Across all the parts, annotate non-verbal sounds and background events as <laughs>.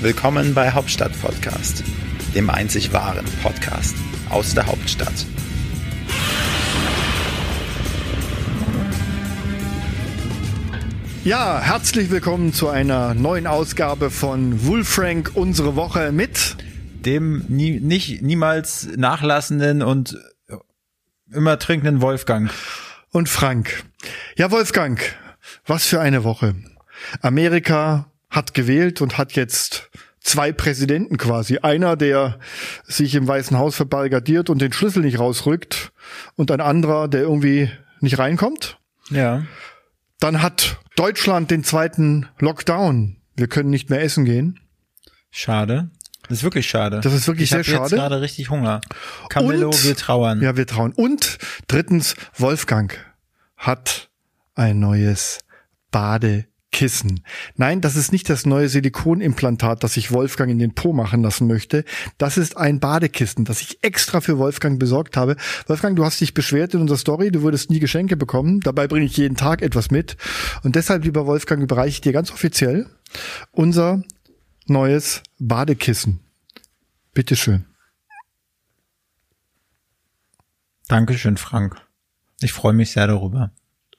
Willkommen bei Hauptstadt Podcast, dem einzig wahren Podcast aus der Hauptstadt. Ja, herzlich willkommen zu einer neuen Ausgabe von Wolfrank, unsere Woche mit dem nie, nicht niemals nachlassenden und immer trinkenden Wolfgang. und Frank. Ja, Wolfgang, was für eine Woche. Amerika hat gewählt und hat jetzt zwei Präsidenten quasi. Einer, der sich im Weißen Haus verbarrikadiert und den Schlüssel nicht rausrückt und ein anderer, der irgendwie nicht reinkommt. Ja. Dann hat Deutschland den zweiten Lockdown. Wir können nicht mehr essen gehen. Schade. Das ist wirklich schade. Das ist wirklich ich hab sehr schade. jetzt gerade richtig Hunger. Camillo, Und- wir trauern. Ja, wir trauen. Und drittens, Wolfgang hat ein neues Badekissen. Nein, das ist nicht das neue Silikonimplantat, das ich Wolfgang in den Po machen lassen möchte. Das ist ein Badekissen, das ich extra für Wolfgang besorgt habe. Wolfgang, du hast dich beschwert in unserer Story, du würdest nie Geschenke bekommen. Dabei bringe ich jeden Tag etwas mit. Und deshalb, lieber Wolfgang, überreiche ich dir ganz offiziell unser neues Badekissen. Bitteschön. Dankeschön, Frank. Ich freue mich sehr darüber.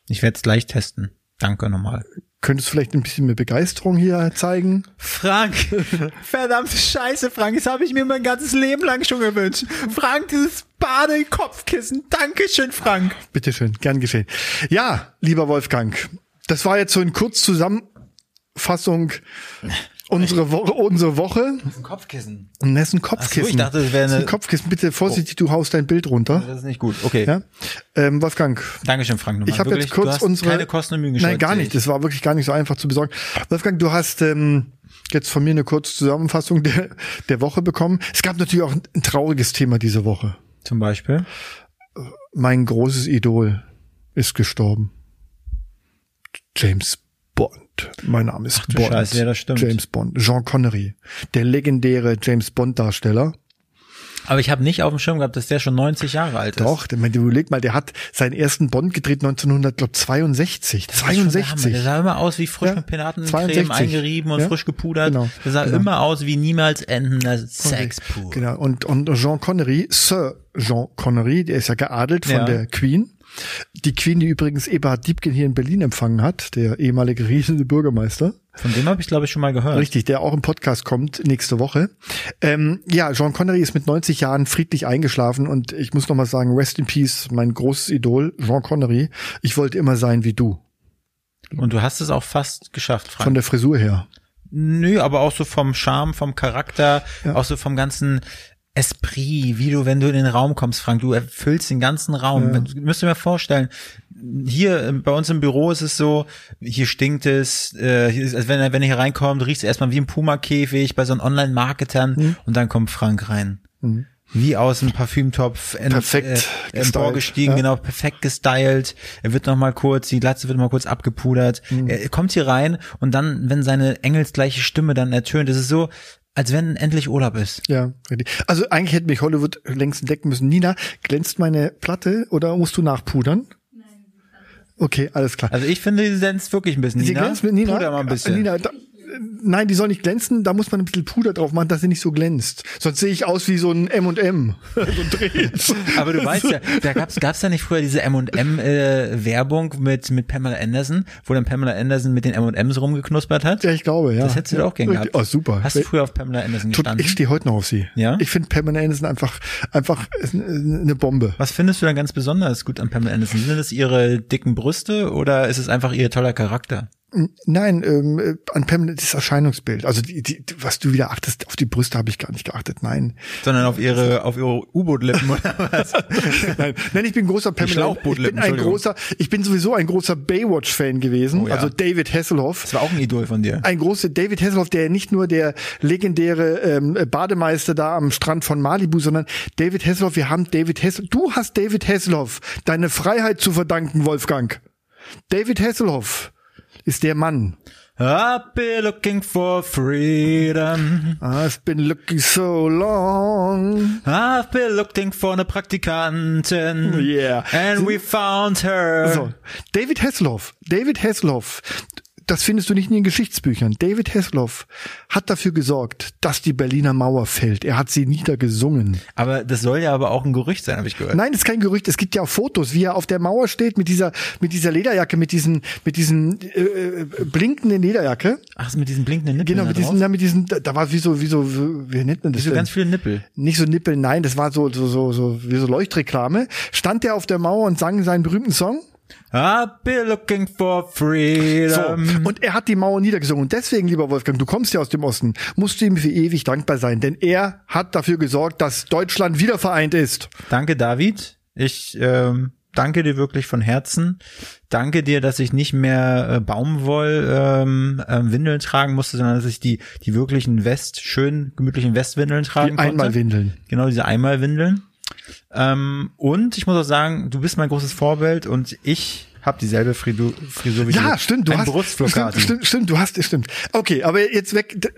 Ich werde es gleich testen. Danke nochmal. Könntest du vielleicht ein bisschen mehr Begeisterung hier zeigen? Frank, <laughs> verdammte Scheiße, Frank, das habe ich mir mein ganzes Leben lang schon gewünscht. Frank, dieses Badekopfkissen. Dankeschön, Frank. Bitteschön, gern geschehen. Ja, lieber Wolfgang, das war jetzt so in Kurzzusammenfassung unsere Woche. Unsere Woche. Ein Kopfkissen. Und das ist ein Ach Kopfkissen. so, ich dachte, das wäre Das ist ein eine- Kopfkissen. Bitte vorsichtig, du haust dein Bild runter. Das ist nicht gut. Okay. Ja? Ähm, Wolfgang, Dankeschön, Frank. Nochmal. ich habe Wirklich, jetzt du kurz hast unsere. Keine Kosten und Mühen gescheut, Nein, gar sehe nicht. ich. Das war wirklich gar nicht so einfach zu besorgen. Wolfgang, du hast ähm, jetzt von mir eine kurze Zusammenfassung der, der Woche bekommen. Es gab natürlich auch ein trauriges Thema diese Woche. Zum Beispiel. mein großes Idol ist gestorben. James Bond. Mein Name ist du Bond. Scheiße, ja, das stimmt. James Bond. Jean Connery. Der legendäre James Bond Darsteller. Aber ich habe nicht auf dem Schirm gehabt, dass der schon 90 Jahre alt ist. Doch, ich meine, überleg mal, der hat seinen ersten Bond gedreht 1962. Das ist schon der Hammer. Der 62. sah immer aus wie frisch Ja, mit Penatencreme 62. eingerieben und Ja, frisch gepudert. genau, Der sah genau. immer aus wie niemals endender Sex pur. Genau. Und, und Jean Connery, Sir Jean Connery, der ist ja geadelt von Ja. der Queen. Die Queen, die übrigens Eberhard Diebken hier in Berlin empfangen hat, der ehemalige riesende Bürgermeister. Von dem habe ich, glaube ich, schon mal gehört. Richtig, der auch im Podcast kommt nächste Woche. Ähm, ja, Sean Connery ist mit 90 Jahren friedlich eingeschlafen und ich muss nochmal sagen, rest in peace, mein großes Idol, Sean Connery. Ich wollte immer sein wie du, Und du hast es auch fast geschafft, von Frank. der Frisur her. Nö, aber auch so vom Charme, vom Charakter, Ja. auch so vom ganzen Esprit, wie du, wenn du in den Raum kommst, Frank, du erfüllst den ganzen Raum. Ja. Müsst ihr mir vorstellen, hier äh, bei uns im Büro ist es so, hier stinkt es, äh, hier ist, also wenn, wenn ihr hier reinkommt, riecht es erstmal wie ein Puma-Käfig bei so einem Online-Marketern und dann kommt Frank rein. Wie aus einem Parfümtopf ent, Perfekt äh, gestylt, emporgestiegen, ja. genau, perfekt gestylt. Er wird noch mal kurz, die Glatze wird noch mal kurz abgepudert. Mhm. Er kommt hier rein und dann, wenn seine engelsgleiche Stimme dann ertönt, ist es so, als wenn endlich Urlaub ist. Ja, richtig. Also eigentlich hätte mich Hollywood längst entdecken müssen. Nina, glänzt meine Platte oder musst du nachpudern? Okay, alles klar. Also ich finde, sie glänzt wirklich ein bisschen. Sie Nina, glänzt mit Nina. Äh, Puder mal ein bisschen. Nina, da, nein, die soll nicht glänzen. Da muss man ein bisschen Puder drauf machen, dass sie nicht so glänzt. Sonst sehe ich aus wie so ein M&M. so ein Dreh. Aber du weißt ja, da gab's gab's da nicht früher diese M&M äh, Werbung mit mit Pamela Anderson, wo dann Pamela Anderson mit den M&Ms rumgeknuspert hat? Ja, ich glaube, ja. Das hättest du doch auch gern Richtig. gehabt. Oh, super. Hast du früher auf Pamela Anderson Tut- gestanden? ich stehe heute noch auf sie. Ja? Ich finde Pamela Anderson einfach, einfach ist n- eine Bombe. Was findest du dann ganz besonders gut an Pamela Anderson? Sind es ihre dicken Brüste oder ist es einfach ihr toller Charakter? Nein, ähm, äh, an Pamela das Erscheinungsbild. Also die, die, was du wieder achtest, auf die Brüste habe ich gar nicht geachtet. Nein. Sondern auf ihre auf ihre U-Boot-Lippen oder was? Nein, nein, ich bin großer Pamela. Ich Schlauchbootlippen, bin ein Entschuldigung. großer, ich bin sowieso ein großer Baywatch-Fan gewesen. Oh ja. Also David Hasselhoff. Das war auch ein Idol von dir. ein großer David Hasselhoff, der nicht nur der legendäre ähm, Bademeister da am Strand von Malibu, sondern David Hasselhoff, wir haben David Hasselhoff, du hast David Hasselhoff deine Freiheit zu verdanken, Wolfgang. David Hasselhoff ist der Mann. I've been looking for freedom. I've been looking so long. I've been looking for eine Praktikantin. Oh, Yeah. And we found her. So, David Hasselhoff, David Hasselhoff, das findest du nicht in den Geschichtsbüchern. David Hasselhoff hat dafür gesorgt, dass die Berliner Mauer fällt. Er hat sie niedergesungen. Aber das soll ja aber auch ein Gerücht sein, habe ich gehört. Nein, das ist kein Gerücht. Es gibt ja auch Fotos, wie er auf der Mauer steht mit dieser, mit dieser Lederjacke, mit diesen, mit diesen äh, blinkenden Lederjacke. Ach, mit diesen blinkenden Nippeln. Genau, da mit diesen, drauf? ja, mit diesen, da da war wie so, wie so, wie nennt man das? so denn? ganz viele Nippel. nicht so Nippel, nein, das war so, so, so, so, wie so Leuchtreklame. Stand er auf der Mauer und sang seinen berühmten Song. I've been looking for freedom. Und er hat die Mauer niedergesungen. Und deswegen, lieber Wolfgang, du kommst ja aus dem Osten, musst du ihm für ewig dankbar sein, denn er hat dafür gesorgt, dass Deutschland wieder vereint ist. Danke, David. Ich ähm, danke dir wirklich von Herzen. Danke dir, dass ich nicht mehr äh, Baumwoll ähm, ähm, Windeln tragen musste, sondern dass ich die die wirklichen West schön gemütlichen Westwindeln tragen konnte. Einmalwindeln. Genau diese Einmalwindeln. Ähm, und ich muss auch sagen, du bist mein großes Vorbild und ich habe dieselbe Fridu Frisur wie du. Ja, stimmt, du Ein hast. Brustblockade. Stimmt, stimmt, stimmt, du hast, stimmt. Okay, aber jetzt weg d-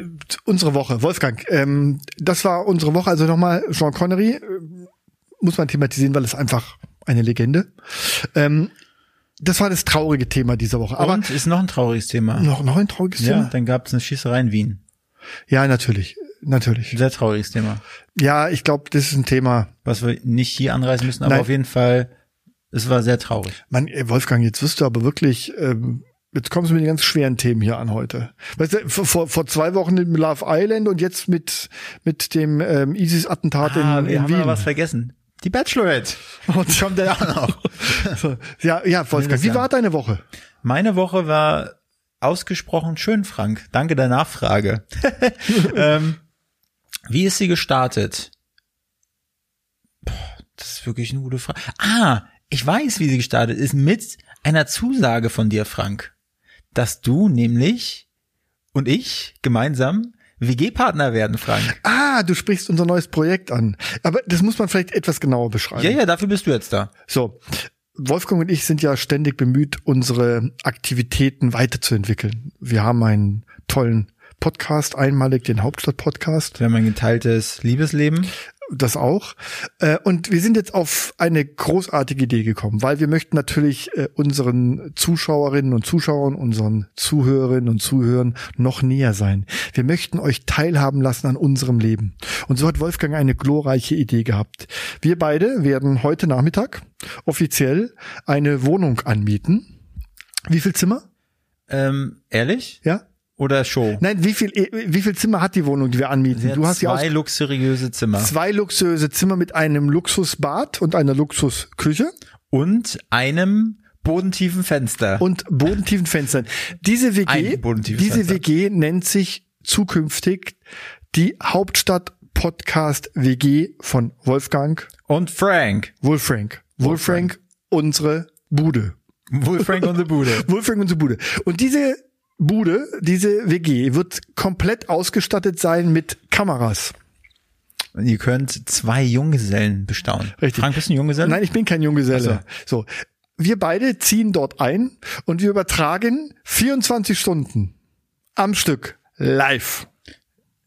unsere Woche, Wolfgang. Ähm, das war unsere Woche. Also nochmal Sean Connery äh, muss man thematisieren, weil es einfach eine Legende. Ähm, das war das traurige Thema dieser Woche. Aber und ist noch ein trauriges Thema. noch, noch ein trauriges ja, Thema. dann gab es eine Schießerei in Wien. Ja, natürlich, Ein natürlich. sehr trauriges Thema, Ja, ich glaube, das ist ein Thema. was wir nicht hier anreißen müssen, aber Nein. auf jeden Fall, es war sehr traurig. Mann, ey, Wolfgang, jetzt wirst du aber wirklich, ähm, jetzt kommst du mit den ganz schweren Themen hier an heute. Weißt du, vor- vor, vor zwei Wochen in Love Island und jetzt mit, mit dem ähm, ISIS-Attentat Ah, in, wir in haben ja Wien. was vergessen. Die Bachelorette. Und kommt dann auch noch. So, ja, ja, Wolfgang, Nee, das wie ja. war deine Woche? <laughs> Meine Woche war ausgesprochen schön, Frank. Danke der <laughs> Nachfrage. ähm, wie ist sie gestartet? Boah, das ist wirklich eine gute Frage. Ah, ich weiß, wie sie gestartet ist. Mit einer Zusage von dir, Frank. Dass du nämlich und ich gemeinsam WG-Partner werden, Frank. Ah, du sprichst unser neues Projekt an. Aber das muss man vielleicht etwas genauer beschreiben. Ja, ja, dafür bist du jetzt da. So. Wolfgang und ich sind ja ständig bemüht, unsere Aktivitäten weiterzuentwickeln. Wir haben einen tollen Podcast, einmalig den Hauptstadt-Podcast. Wir haben ein geteiltes Liebesleben. das auch. Äh, Und wir sind jetzt auf eine großartige Idee gekommen, weil wir möchten natürlich äh, unseren Zuschauerinnen und Zuschauern, unseren Zuhörerinnen und Zuhörern noch näher sein. Wir möchten euch teilhaben lassen an unserem Leben. Und so hat Wolfgang eine glorreiche Idee gehabt. Wir beide werden heute Nachmittag offiziell eine Wohnung anmieten. Wie viel Zimmer? Ähm, ehrlich? Ja? Oder Show? Nein, wie viel, wie viel Zimmer hat die Wohnung, die wir anmieten? Sie du hat hast ja zwei luxuriöse Zimmer Zwei luxuriöse Zimmer mit einem Luxusbad und einer Luxusküche und einem bodentiefen Fenster. und bodentiefen Fenstern. Diese WG, Ein bodentiefes diese Fenster. WG nennt sich zukünftig die Hauptstadt Podcast WG von Wolfgang Und Frank. Wolfrank. Wolfrank, unsere Bude. Wohl Frank und <laughs> the Bude. Wolfgang unsere Bude. Und diese Bude, diese WG wird komplett ausgestattet sein mit Kameras. Und ihr könnt zwei Junggesellen bestaunen. Richtig. Frank, bist du ein Junggeselle? Nein, ich bin kein Junggeselle. So. Wir beide ziehen dort ein und wir übertragen 24 Stunden am Stück live.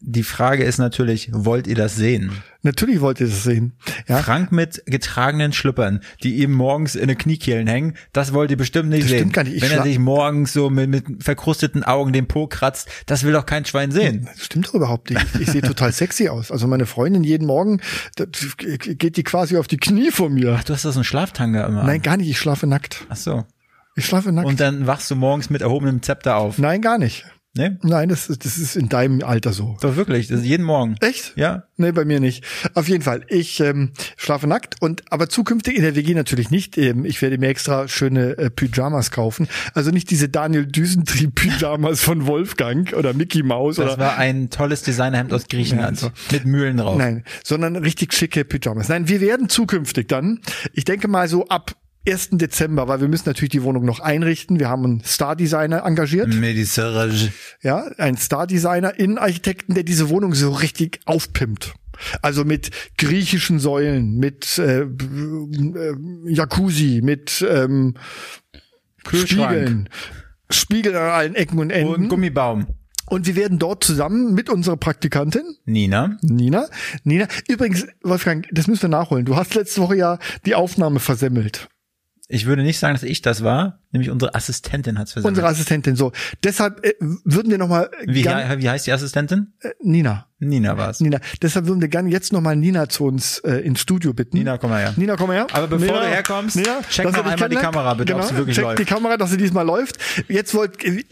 Die Frage ist natürlich, wollt ihr das sehen? Natürlich wollt ihr das sehen. Ja. Frank mit getragenen Schlüppern, die ihm morgens in den Kniekehlen hängen, das wollt ihr bestimmt nicht Das sehen. stimmt gar nicht. Ich Wenn er schla- sich morgens so mit, mit verkrusteten Augen den Po kratzt, das will doch kein Schwein sehen. Das stimmt doch überhaupt nicht. Ich sehe total sexy aus. Also meine Freundin jeden Morgen da geht die quasi auf die Knie vor mir. Du hast das einen Schlaftanga immer. an. Nein, gar nicht. Ich schlafe nackt. Ach so. Ich schlafe nackt. Und dann wachst du morgens mit erhobenem Zepter auf. Nein, gar nicht. Ne? Nein, das, ist- das ist in deinem Alter so. Doch wirklich, das ist jeden Morgen. Echt? Ja. Nee, bei mir nicht. Auf jeden Fall. Ich ähm, schlafe nackt und aber zukünftig in der WG natürlich nicht. Ähm, ich werde mir extra schöne äh, Pyjamas kaufen. Also nicht diese Daniel Düsentrieb-Pyjamas von Wolfgang oder Mickey Mouse Das oder. war ein tolles Designerhemd aus Griechenland. Mit Mühlen also. drauf. Nein, sondern richtig schicke Pyjamas. Nein, wir werden zukünftig dann, ich denke mal so ab 1. Dezember, weil wir müssen natürlich die Wohnung noch einrichten. Wir haben einen Star-Designer engagiert. Medisserage. ja, ein Star-Designer, Innenarchitekten, der diese Wohnung so richtig aufpimpt. Also mit griechischen Säulen, mit äh, äh, Jacuzzi, mit ähm, Kühlschrank. Spiegeln. Spiegel an allen Ecken und Enden. Und Und, Gummibaum. wir werden dort zusammen mit unserer Praktikantin Nina. Nina. Nina, übrigens, Wolfgang, das müssen wir nachholen. Du hast letzte Woche ja die Aufnahme versemmelt. Ich würde nicht sagen, dass ich das war, nämlich unsere Assistentin hat's versammelt. Unsere Assistentin, so. Deshalb äh, würden wir nochmal, wie, he- wie heißt die Assistentin? Nina, Nina war's. Äh, Nina, deshalb würden wir gerne jetzt nochmal Nina zu uns äh, ins Studio bitten. Nina, komm mal her. Nina, komm mal her. Aber bevor Nina, du herkommst, check dass noch ihr dich einmal die kennenlernt. Kamera bitte, ob genau, sie wirklich check läuft. die Kamera, dass sie diesmal läuft. Jetzt wollt, äh,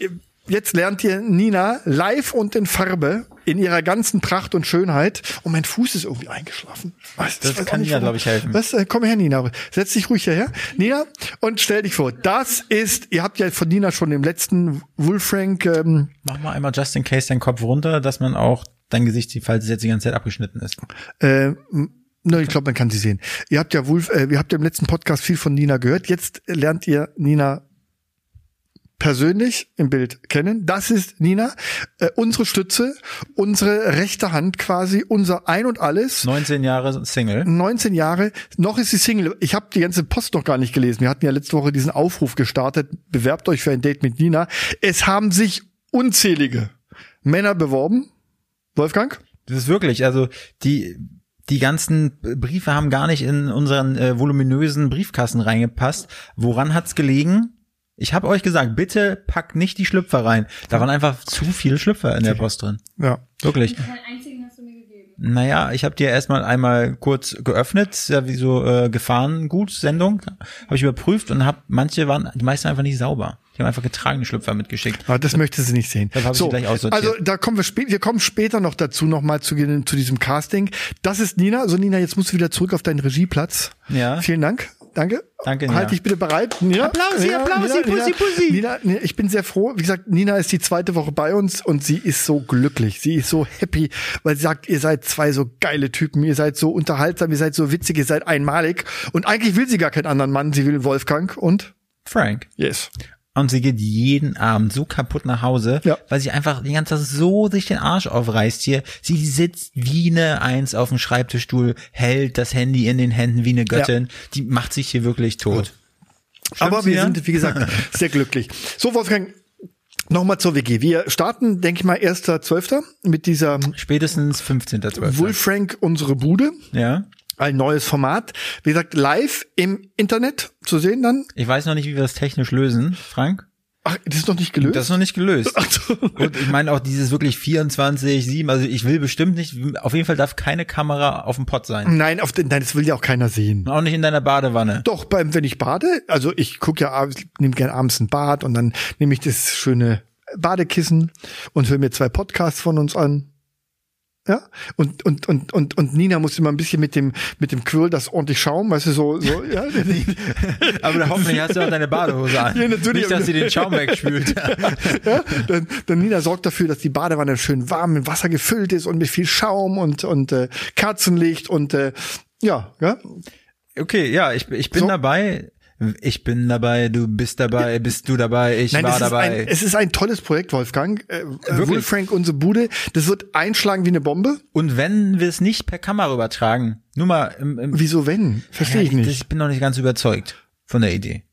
jetzt lernt ihr Nina live und in Farbe in ihrer ganzen Pracht und Schönheit. Und mein Fuß ist irgendwie eingeschlafen. Was, Das kann Nina, glaub ich, helfen. Was, äh, komm her, Nina. Setz dich ruhig hierher. Nina, und stell dich vor. Das ist, ihr habt ja von Nina schon im letzten Wolfrank, ähm, Mach mal einmal just in case deinen Kopf runter, dass man auch dein Gesicht, falls es jetzt die ganze Zeit abgeschnitten ist. Äh, na, ich glaube, man kann sie sehen. Ihr habt ja Wolf, äh, ihr habt ja im letzten Podcast viel von Nina gehört. Jetzt lernt ihr Nina persönlich im Bild kennen. Das ist Nina, äh, unsere Stütze, unsere rechte Hand quasi, unser Ein und Alles. 19 Jahre Single. 19 Jahre, noch ist sie Single. Ich habe die ganze Post noch gar nicht gelesen. Wir hatten ja letzte Woche diesen Aufruf gestartet, bewerbt euch für ein Date mit Nina. Es haben sich unzählige Männer beworben. Wolfgang? Das ist wirklich, also die die ganzen Briefe haben gar nicht in unseren äh, voluminösen Briefkasten reingepasst. Woran hat's gelegen? Ich habe euch gesagt, bitte packt nicht die Schlüpfer rein. Da waren einfach zu viele Schlüpfer in der Post drin. Ja. Wirklich. Keinen einzigen hast du mir gegeben. Naja, ich habe dir erstmal einmal kurz geöffnet, ja, wie so äh, Gefahrengut-Sendung, habe ich überprüft und habe manche waren, die meisten einfach nicht sauber. Die haben einfach getragene Schlüpfer mitgeschickt. Ah, das möchte sie nicht sehen. Dann hab ich sie gleich aussortiert. also da kommen wir später, wir kommen später noch dazu, nochmal zu, gehen- zu diesem Casting. Das ist Nina. Also Nina, jetzt musst du wieder zurück auf deinen Regieplatz. Ja. Vielen Dank. Danke. Danke, Nina. Halt dich bitte bereit. Nina. Applausi, Applausi, Pussy, Pussy. Nina, Nina, ich bin sehr froh. Wie gesagt, Nina ist die zweite Woche bei uns und sie ist so glücklich. Sie ist so happy, weil sie sagt, ihr seid zwei so geile Typen, ihr seid so unterhaltsam, ihr seid so witzig, ihr seid einmalig. Und eigentlich will sie gar keinen anderen Mann, sie will Wolfgang und Frank. Yes. Und sie geht jeden Abend so kaputt nach Hause, Ja. weil sie einfach den ganzen Tag so sich den Arsch aufreißt hier. Sie sitzt wie eine Eins auf dem Schreibtischstuhl, hält das Handy in den Händen wie eine Göttin. Die macht sich hier wirklich tot. Aber Stimmt's, wir Jan? sind, wie gesagt, sehr glücklich. So, Wolfgang, nochmal zur WG. Wir starten, denke ich mal, 1.12. mit dieser Spätestens 15.12. Wolfrank, unsere Bude. Ja. Ein neues Format. Wie gesagt, live im Internet zu sehen dann. Ich weiß noch nicht, wie wir das technisch lösen, Frank. Ach, das ist noch nicht gelöst. Das ist noch nicht gelöst. <laughs> Ach so. <laughs> Und ich meine auch dieses wirklich 24, 7, also ich will bestimmt nicht, auf jeden Fall darf keine Kamera auf dem Pott sein. nein, auf den, nein, das will ja auch keiner sehen. Und auch nicht in deiner Badewanne. Doch, beim, wenn ich bade, also ich gucke ja abends, nehme gern abends ein Bad und dann nehme ich das schöne Badekissen und höre mir zwei Podcasts von uns an. Ja, und, und, und, und, und Nina muss immer ein bisschen mit dem, mit dem Quirl das ordentlich schaum, weißt du, so, <laughs> so, ja, Aber da hoffentlich hast du auch deine Badehose <laughs> an. Ja, natürlich. Nicht, dass sie den <laughs> Schaum wegspült. ja dann, dann Nina sorgt dafür, dass die Badewanne schön warm mit Wasser gefüllt ist und mit viel Schaum und, und, äh, Kerzenlicht und, äh, ja, ja, Okay, ja, ich, ich bin So. dabei. Ich bin dabei, du bist dabei, bist du dabei, ich war es Ist dabei. ein, es ist ein tolles Projekt, Wolfgang. Äh, Wirklich? Wolfrank, unsere Bude, das wird einschlagen wie eine Bombe. Und wenn wir es nicht per Kamera übertragen, nur mal im, im Wieso wenn? Verstehe ich Ja, nicht. Ich bin noch nicht ganz überzeugt von der Idee.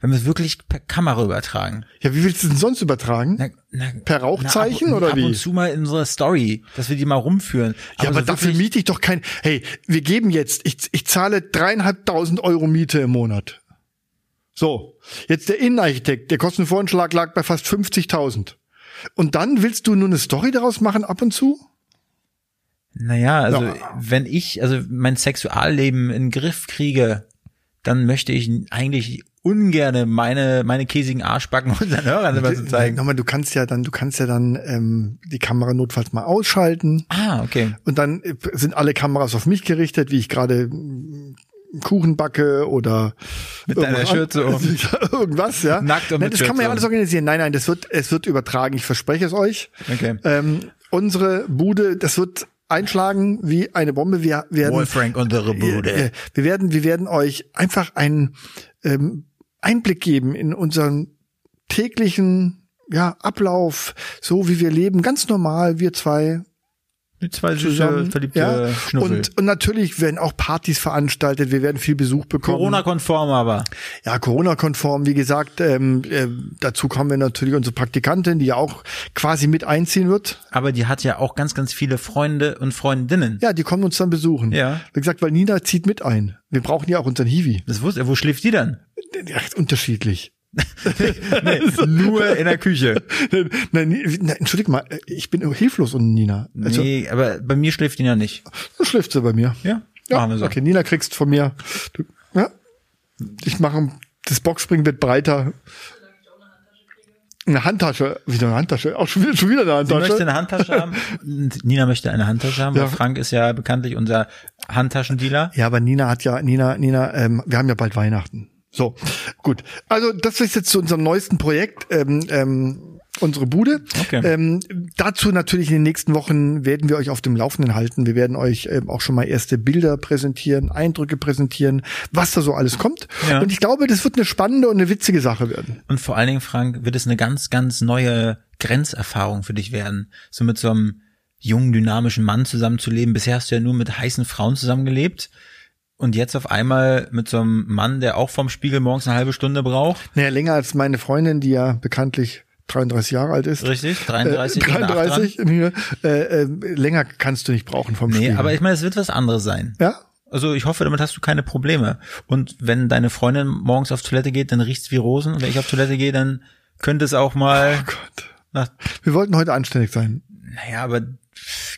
Wenn wir es wirklich per Kamera übertragen. ja, wie willst du es denn sonst übertragen? Na, na, Per Rauchzeichen na, ab, oder ab wie? Ab und zu mal in unserer Story, dass wir die mal rumführen. ja, aber so dafür wirklich- miete ich doch kein. Hey, wir geben jetzt, ich, ich zahle dreieinhalbtausend Euro Miete im Monat. So, jetzt der Innenarchitekt, der Kostenvoranschlag lag bei fast 50.000. Und dann willst du nur eine Story daraus machen ab und zu? Naja, also Ja. wenn ich also mein Sexualleben in den Griff kriege, dann möchte ich eigentlich ungerne meine meine käsigen Arschbacken <laughs> unseren Hörern immer zu zeigen. Äh, Nochmal, du kannst ja dann, du kannst ja dann ähm, die Kamera notfalls mal ausschalten. Ah, okay. Und dann äh, sind alle Kameras auf mich gerichtet, wie ich gerade mm, Kuchen backe oder Mit deiner irgendwas Schürze an- <laughs> um. irgendwas, ja. Nackt und nein, mit das kann man Schürze ja um. alles organisieren. Nein, nein, das wird es wird übertragen, ich verspreche es euch. Okay. Ähm, unsere Bude, das wird einschlagen wie eine Bombe. Wir werden Wolfrank unsere äh, Bude. wir werden wir werden euch einfach einen ähm, Einblick geben in unseren täglichen ja, Ablauf, so wie wir leben, ganz normal, wir zwei Mit zwei zusammen. süße, verliebte ja. Schnuffel. und, und natürlich werden auch Partys veranstaltet, wir werden viel Besuch bekommen. Corona-konform aber. Ja, Corona-konform, wie gesagt, ähm, äh, dazu kommen wir natürlich unsere Praktikantin, die ja auch quasi mit einziehen wird. Aber die hat ja auch ganz, ganz viele Freunde und Freundinnen. Ja, die kommen uns dann besuchen. Ja. Wie gesagt, weil Nina zieht mit ein. Wir brauchen ja auch unseren Hiwi. <laughs> Das wusste er. Wo schläft die dann? Echt unterschiedlich. Nee, nur in der Küche. Nein, nein, nein, entschuldige mal, äh, ich bin hilflos ohne Nina. Also, Nee, aber bei mir schläft Nina nicht. dann schläft sie bei mir. Ja, Ja, machen wir so. Okay, Nina kriegst von mir. Du, ja, ich mache das Boxspringen wird breiter. Eine Handtasche, wieder eine Handtasche, auch schon wieder, schon wieder eine Sie möchte Handtasche. eine Handtasche haben. Und <laughs> Nina möchte eine Handtasche haben, Ja. weil Frank ist ja bekanntlich unser Handtaschendealer. Ja, aber Nina hat ja, Nina, Nina, ähm, wir haben ja bald Weihnachten. So, gut. Also das ist jetzt zu unserem neuesten Projekt, ähm, ähm, unsere Bude. Okay. Ähm, dazu natürlich in den nächsten Wochen werden wir euch auf dem Laufenden halten. Wir werden euch ähm, auch schon mal erste Bilder präsentieren, Eindrücke präsentieren, was da so alles kommt. Ja. Und ich glaube, das wird eine spannende und eine witzige Sache werden. Und vor allen Dingen, Frank, wird es eine ganz, ganz neue Grenzerfahrung für dich werden, so mit so einem jungen, dynamischen Mann zusammenzuleben. Bisher hast du ja nur mit heißen Frauen zusammengelebt. Und jetzt auf einmal mit so einem Mann, der auch vorm Spiegel morgens eine halbe Stunde braucht. Naja, länger als meine Freundin, die ja bekanntlich 33 Jahre alt ist. Richtig? Äh, 33? und nach dran. 33. <laughs> Äh, äh, länger kannst du nicht brauchen vom Nee, Spiegel. aber ich meine, es wird was anderes sein. ja, Also ich hoffe, damit hast du keine Probleme. Und wenn deine Freundin morgens auf Toilette geht, dann riecht's wie Rosen. Und wenn ich auf Toilette gehe, dann könnte es auch mal Gott. nach, Wir wollten heute anständig sein. naja, aber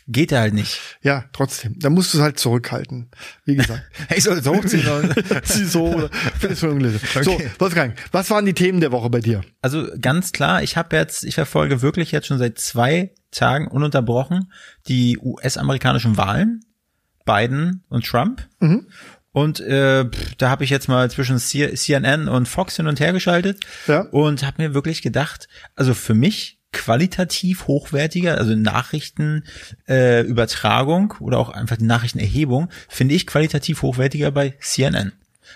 geht ja halt nicht. Ja, trotzdem. Da musst du es halt zurückhalten. Wie <laughs> gesagt. Ich soll es <laughs> hochziehen. und- Sie so oder ist schon ungelesen. So, Okay. Wolfgang, was waren die Themen der Woche bei dir? <laughs> Also ganz klar, ich habe jetzt, ich verfolge wirklich jetzt schon seit zwei Tagen ununterbrochen die US-amerikanischen Wahlen, Biden und Trump. Und äh, pff, da habe ich jetzt mal zwischen C CNN und Fox hin und her geschaltet Ja. und habe mir wirklich gedacht, also für mich qualitativ hochwertiger, also Nachrichten äh, Übertragung oder auch einfach die Nachrichtenerhebung, finde ich qualitativ hochwertiger bei CNN.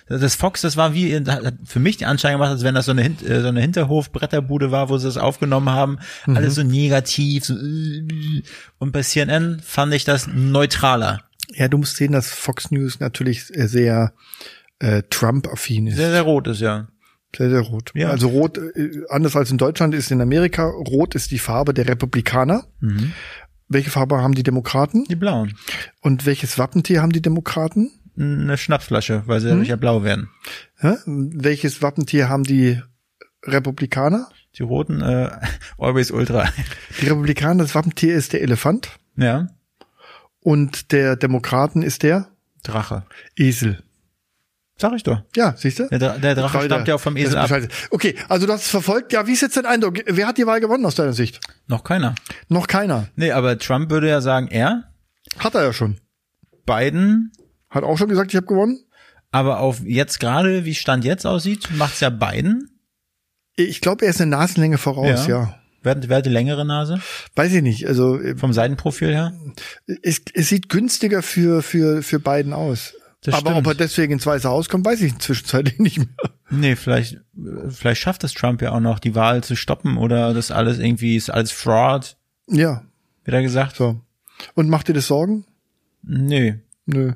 Das Fox, das war wie, hat hat für mich die Anschein gemacht, als wenn das so eine, Hin- äh, so eine Hinterhof-Bretterbude war, wo sie das aufgenommen haben. Alles so negativ. So, äh, und bei CNN fand ich das neutraler. Ja, du musst sehen, dass Fox News natürlich sehr äh, Trump-affin ist. Sehr, sehr rot ist, ja. Sehr, sehr rot. Ja. Also rot, äh, anders als in Deutschland, ist in Amerika, rot ist die Farbe der Republikaner. Mhm. Welche Farbe haben die Demokraten? Die blauen. Und welches Wappentier haben die Demokraten? Eine Schnapsflasche, weil sie dadurch ja blau werden. Hä? Welches Wappentier haben die Republikaner? Die roten, äh, <laughs> always ultra. Die Republikaner, das Wappentier ist der Elefant. ja. Und der Demokraten ist der Drache. Esel. Sag ich doch. Ja, siehst du? Der, Dra der Drache Freude. stammt ja auch vom Das Esel ist ab. Bescheid. Okay, also du hast es verfolgt. Ja, wie ist jetzt dein Eindruck? Wer hat die Wahl gewonnen aus deiner Sicht? Noch keiner. Noch keiner. Nee, aber Trump würde ja sagen, er, Hat er ja schon. Biden, Hat auch schon gesagt, ich habe gewonnen. aber auf jetzt gerade, wie Stand jetzt aussieht, macht's ja Biden. Ich glaube, er ist eine Nasenlänge voraus, ja. Ja. Wer, hat- wer hat die längere Nase? Weiß ich nicht. Also äh, Vom Seitenprofil her? es, es sieht günstiger für, für, für beiden aus. Das Aber stimmt. ob er deswegen ins Weiße Haus kommt, weiß ich zwischenzeitlich <laughs> nicht mehr. Nee, vielleicht, vielleicht schafft es Trump ja auch noch, die Wahl zu stoppen oder das alles irgendwie ist alles Fraud, Ja, wird er gesagt. so. Und macht dir das Sorgen? Nee. Nö.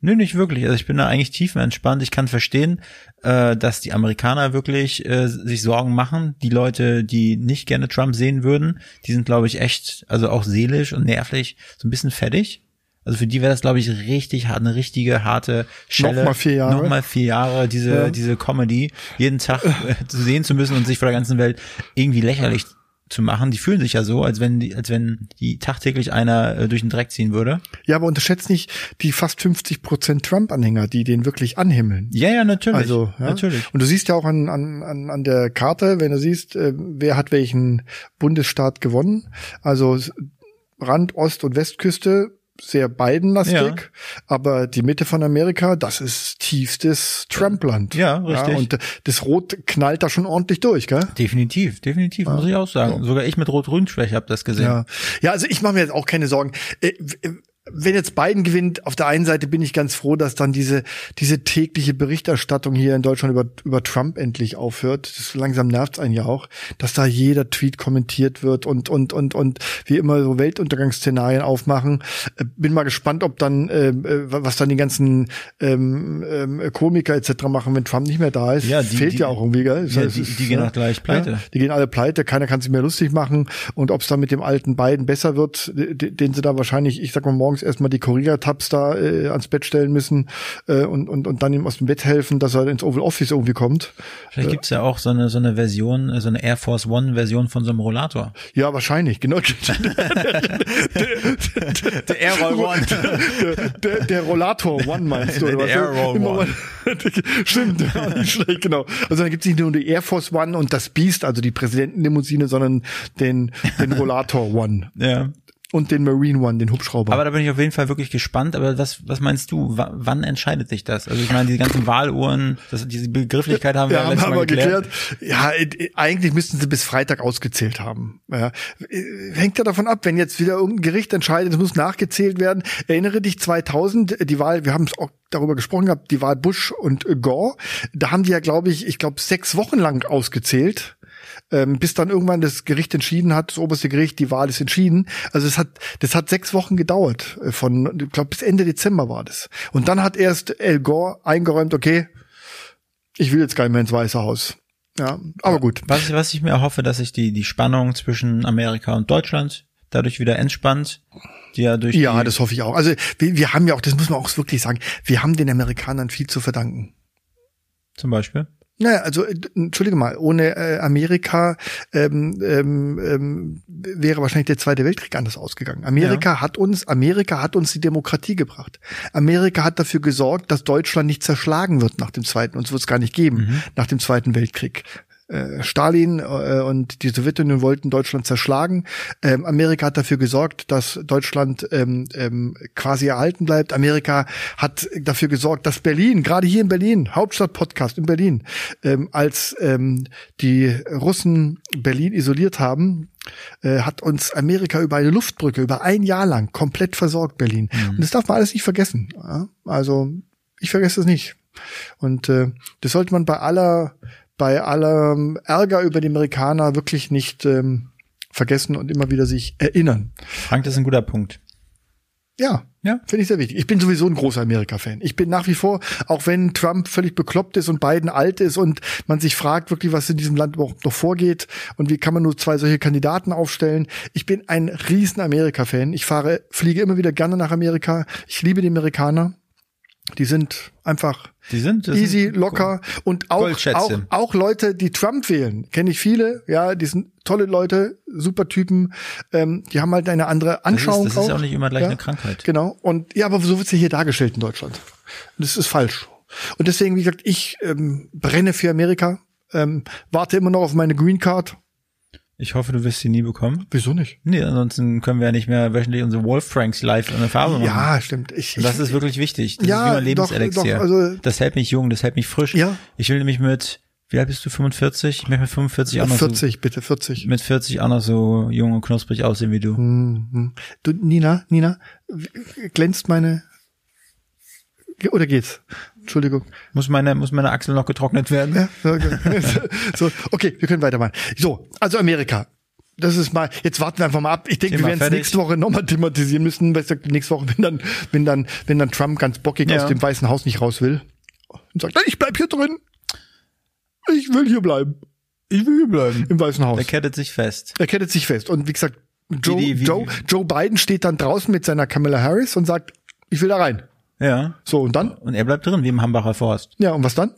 Nö, nicht wirklich. Also ich bin da eigentlich tiefenentspannt. Ich kann verstehen, äh, dass die Amerikaner wirklich äh, sich Sorgen machen. Die Leute, die nicht gerne Trump sehen würden, die sind, glaube ich, echt, also auch seelisch und nervlich so ein bisschen fertig. Also für die wäre das, glaube ich, richtig hart, eine richtige harte Schelle. Nochmal vier Jahre. Nochmal vier Jahre, diese, Ja. diese Comedy jeden Tag äh, zu sehen zu müssen und sich vor der ganzen Welt irgendwie lächerlich zu machen. Die fühlen sich ja so, als wenn die, als wenn die tagtäglich einer äh, durch den Dreck ziehen würde. Ja, aber unterschätzt nicht die fast 50 Prozent Trump-Anhänger, die den wirklich anhimmeln. Ja, ja, natürlich. Also, ja. natürlich. Und du siehst ja auch an, an, an, an der Karte, wenn du siehst, äh, wer hat welchen Bundesstaat gewonnen. Also s- Rand, Ost- und Westküste, sehr Biden-lastig, Ja. aber die Mitte von Amerika, das ist tiefstes Trump-Land. Ja, richtig. und äh, das Rot knallt da schon ordentlich durch, gell? Definitiv, definitiv, muss ich auch sagen. Sogar ich mit Rot-Grün-Schwäche habe das gesehen. Ja. ja, also ich mache mir jetzt auch keine Sorgen. Äh, w- Wenn jetzt Biden gewinnt, auf der einen Seite bin ich ganz froh, dass dann diese, diese tägliche Berichterstattung hier in Deutschland über, über Trump endlich aufhört. Das langsam nervt's einen ja auch, dass da jeder Tweet kommentiert wird und, und, und, und wie immer so Weltuntergangsszenarien aufmachen. Äh, Bin mal gespannt, ob dann, äh, äh, was dann die ganzen ähm, ähm, Komiker etc. machen, wenn Trump nicht mehr da ist. Ja, die- Fehlt die- ja auch irgendwie, gell? Also Ja, Es die- ist- ne? die gehen ja. auch gleich pleite. Ja, die gehen alle pleite, keiner kann sich mehr lustig machen. Und ob es dann mit dem alten beiden besser wird, de- den sie da wahrscheinlich, ich sag mal, morgens morgens erstmal die Corrida-Tabs da äh, ans Bett stellen müssen äh, und, und, und dann ihm aus dem Bett helfen, dass er ins Oval Office irgendwie kommt. Vielleicht gibt's ja auch so eine, so eine Version, äh, so eine Air Force One-Version von so einem Rollator. Ja, wahrscheinlich, genau. <laughs> Der Air Roll der, der Rollator <laughs> One meinst du, oder Der was? Air Roll Immer One. mal- <laughs> Stimmt, auch nicht schlecht, genau. Also dann gibt's nicht nur die Air Force One und das Beast, also die Präsidentenlimousine, sondern den, den Rollator One <laughs> ja. und den Marine One, den Hubschrauber. Aber da bin ich auf jeden Fall wirklich gespannt. Aber was, was meinst du? Wa- wann entscheidet sich das? Also ich meine, die ganzen Wahluhren, das, diese Begrifflichkeit haben wir ja, letztes haben Mal wir geklärt. Ja, äh, eigentlich müssten sie bis Freitag ausgezählt haben. Ja. Äh, Hängt ja davon ab, wenn jetzt wieder irgendein Gericht entscheidet, es muss nachgezählt werden. Erinnere dich 2000, die Wahl, wir haben es auch darüber gesprochen gehabt, die Wahl Bush und äh, Gore, da haben die ja, glaube ich, ich glaube, sechs Wochen lang ausgezählt. Ähm, bis dann irgendwann das Gericht entschieden hat, das oberste Gericht, die Wahl ist entschieden. Also es hat, das hat sechs Wochen gedauert. äh, Von, ich glaube, bis Ende Dezember war das. Und dann hat erst El Gore eingeräumt, okay, ich will jetzt gar nicht mehr ins Weiße Haus. Ja, aber gut. Was, was ich mir erhoffe, dass sich die, die Spannung zwischen Amerika und Deutschland dadurch wieder entspannt, die ja durch Ja, die, das hoffe ich auch. Also wir, wir haben ja auch, das muss man auch wirklich sagen, wir haben den Amerikanern viel zu verdanken. zum Beispiel. Naja, also äh, entschuldige mal, ohne äh, Amerika ähm, ähm, ähm, wäre wahrscheinlich der Zweite Weltkrieg anders ausgegangen. Amerika hat uns, Amerika hat uns die Demokratie gebracht. Amerika hat dafür gesorgt, dass Deutschland nicht zerschlagen wird nach dem Zweiten. Uns wird es gar nicht geben nach dem Zweiten Weltkrieg. Äh, Stalin äh, und die Sowjetunion wollten Deutschland zerschlagen. Ähm, Amerika hat dafür gesorgt, dass Deutschland ähm, ähm, quasi erhalten bleibt. Amerika hat dafür gesorgt, dass Berlin, gerade hier in Berlin, Hauptstadt-Podcast in Berlin, ähm, als ähm, die Russen Berlin isoliert haben, äh, hat uns Amerika über eine Luftbrücke über ein Jahr lang komplett versorgt, Berlin. Und das darf man alles nicht vergessen. Ja? Also ich vergesse es nicht. Und äh, das sollte man bei aller, bei allem Ärger über die Amerikaner wirklich nicht ähm, vergessen und immer wieder sich erinnern. Frank, das ist ein guter Punkt. Ja, Ja. finde ich sehr wichtig. Ich bin sowieso ein großer Amerika-Fan. Ich bin nach wie vor, auch wenn Trump völlig bekloppt ist und Biden alt ist und man sich fragt wirklich, was in diesem Land überhaupt noch vorgeht und wie kann man nur zwei solche Kandidaten aufstellen. Ich bin ein riesen Amerika-Fan. Ich fahre, fliege immer wieder gerne nach Amerika. Ich liebe die Amerikaner. Die sind einfach Die sind das easy, sind, locker und auch, auch, Goldschätzchen. auch Leute, die Trump wählen, kenne ich viele, ja, die sind tolle Leute, super Typen, ähm, die haben halt eine andere Das ist, Anschauung das ist auch nicht immer gleich ja. eine Krankheit. Genau. Und ja, aber so wird's ja hier dargestellt in Deutschland. Das ist falsch. Und deswegen, wie gesagt, ich ähm, brenne für Amerika, ähm, warte immer noch auf meine Green Card. Ich hoffe, du wirst sie nie bekommen. Wieso nicht? Nee, ansonsten können wir ja nicht mehr wöchentlich unsere Wolf Franks live in der Farbe machen. Ja, stimmt. Ich, Und ich, das ist wirklich wichtig. Das Ja, ist wie mein doch, Lebenselixier. doch, also- das hält mich jung, das hält mich frisch. Ja. Ich will nämlich mit, wie alt bist du, 45? Ich möchte mit 45 auch noch 40, bitte, 40. so, mit 40 auch noch so jung und knusprig aussehen wie du. Mhm. Du, Nina, Nina, w- glänzt meine. Ge- Oder geht's? Entschuldigung. Muss meine, muss meine Achsel noch getrocknet werden? Ja, so, <laughs> so, okay, wir können weitermachen. So, also Amerika. Das ist mal, jetzt warten wir einfach mal ab. Ich denke, wir Thema werden es fertig. nächste Woche nochmal thematisieren müssen, weil ich sag, nächste Woche, wenn dann, wenn dann, wenn dann Trump ganz bockig Ja. aus dem Weißen Haus nicht raus will und sagt, "Nein, ich bleib hier drin. Ich will hier bleiben. Ich will hier bleiben. Im Weißen Haus. Der kettet sich fest. Er kettet sich fest. Und wie gesagt, Joe, die- wie- Joe, Joe Biden steht dann draußen mit seiner Kamala Harris und sagt, ich will da rein. Ja. So, und dann? Und er bleibt drin, wie im Hambacher Forst. Ja, und was dann?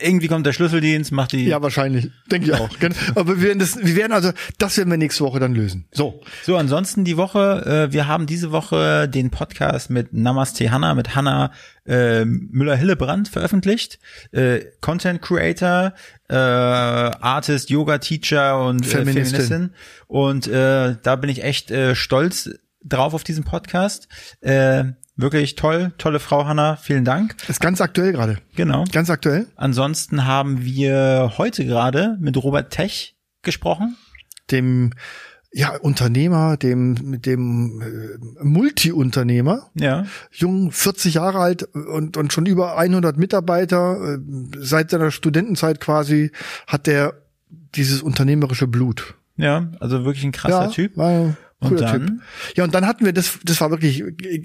Irgendwie kommt der Schlüsseldienst, macht die. Ja, wahrscheinlich. Denke ich auch. Gen- Aber wir werden das, wir werden also, das werden wir nächste Woche dann lösen. So. So, ansonsten die Woche, äh, wir haben diese Woche den Podcast mit Namaste Hanna, mit Hanna äh, Müller-Hillebrand veröffentlicht. Äh, Content Creator, äh, Artist, Yoga-Teacher und Feministin. Feministin. Äh, Feministin. Und äh, da bin ich echt äh, stolz drauf auf diesen Podcast. Äh, wirklich toll, tolle Frau Hanna, vielen Dank. Ist ganz aktuell gerade. Genau. Ganz aktuell. Ansonsten haben wir heute gerade mit Robert Tech gesprochen. Dem, ja, Unternehmer, dem, mit dem äh, Multi-Unternehmer, Ja. jung, 40 Jahre alt und, und schon über 100 Mitarbeiter. äh, Seit seiner Studentenzeit quasi hat der dieses unternehmerische Blut. Ja, also wirklich ein krasser ja, Typ. War ein Und cooler dann? Typ. Ja, und dann hatten wir das, das war wirklich, äh,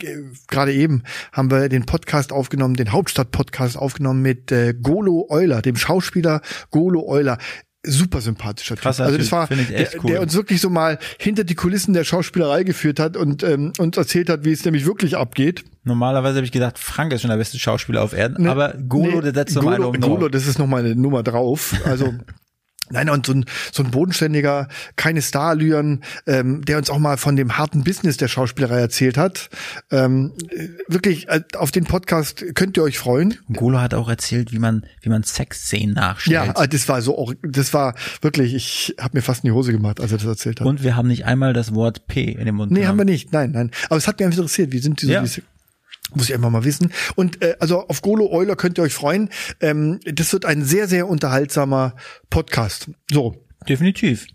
gerade eben haben wir den Podcast aufgenommen, den Hauptstadt-Podcast aufgenommen mit äh, Golo Euler, dem Schauspieler Golo Euler. super sympathischer Krasser Also Typ, das war, finde ich echt der, cool. der uns wirklich so mal hinter die Kulissen der Schauspielerei geführt hat und ähm, uns erzählt hat, wie es nämlich wirklich abgeht. Normalerweise habe ich gedacht, Frank ist schon der beste Schauspieler auf Erden, Ne, aber Golo, nee, der setzt so Golo, meine um Golo, das ist noch mal eine Nummer drauf. <laughs> Also Nein, und so ein, so ein bodenständiger, keine Starlüren, ähm, der uns auch mal von dem harten Business der Schauspielerei erzählt hat. Ähm, äh, wirklich, äh, auf den Podcast könnt ihr euch freuen. Golo hat auch erzählt, wie man, wie man Sexszenen nachstellt. Ja, äh, das war so, auch, das war wirklich, ich habe mir fast in die Hose gemacht, als er das erzählt hat. Und wir haben nicht einmal das Wort P in dem Mund. Nee, genommen. haben wir nicht. Nein, nein. Aber es hat mich einfach interessiert. Wie sind die so Ja. diese? Muss ich einfach mal wissen. Und äh, also auf Golo Euler könnt ihr euch freuen. Ähm, das wird ein sehr, sehr unterhaltsamer Podcast. So. Definitiv.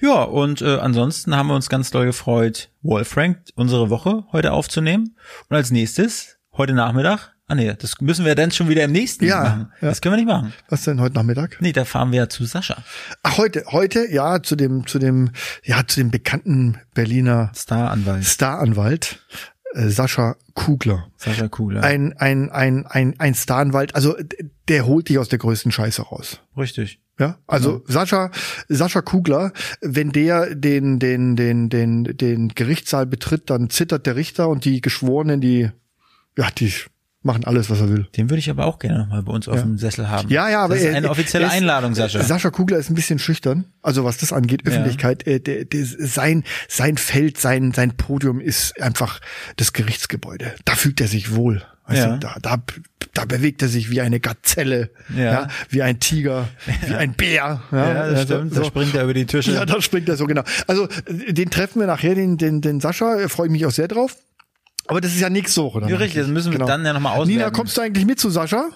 Ja, und äh, ansonsten haben wir uns ganz doll gefreut, Wolfrank unsere Woche heute aufzunehmen. Und als nächstes, heute Nachmittag, ah nee, das müssen wir dann schon wieder im nächsten Ja, machen. ja. Das können wir nicht machen. Was denn heute Nachmittag? Nee, da fahren wir ja zu Sascha. Ach, heute, heute, ja, zu dem, zu dem, ja, zu dem bekannten Berliner Staranwalt. Staranwalt, äh, Sascha Kugler. Sascha Kugler. Ein, ein, ein, ein, ein Staranwalt, also d- der holt dich aus der größten Scheiße raus. Richtig. Ja, Mhm. also Sascha, Sascha Kugler, wenn der den, den, den, den, den Gerichtssaal betritt, dann zittert der Richter und die Geschworenen, die, ja, die machen alles, was er will. Den würde ich aber auch gerne nochmal bei uns auf dem Sessel haben. Ja, ja, aber Das ist er- eine er- offizielle er ist- Einladung, Sascha. Sascha Kugler ist ein bisschen schüchtern, also was das angeht, Öffentlichkeit, äh, der, der, sein, sein Feld, sein, sein Podium ist einfach das Gerichtsgebäude. Da fühlt er sich wohl. Weißt Ja. du, da, da, da bewegt er sich wie eine Gazelle, Ja. ja. wie ein <laughs> Tiger, wie ein Bär. Ja, ja, das also, stimmt. Da so. springt er über die Tische. Ja, da springt er so, genau. Also, äh, den treffen wir nachher, den, den, den Sascha, äh, freue ich mich auch sehr drauf. Aber das ist ja nächste Woche. Dann Ja, richtig, das müssen wir dann ja noch mal auswerten. Genau. Nina, kommst du eigentlich mit zu Sascha?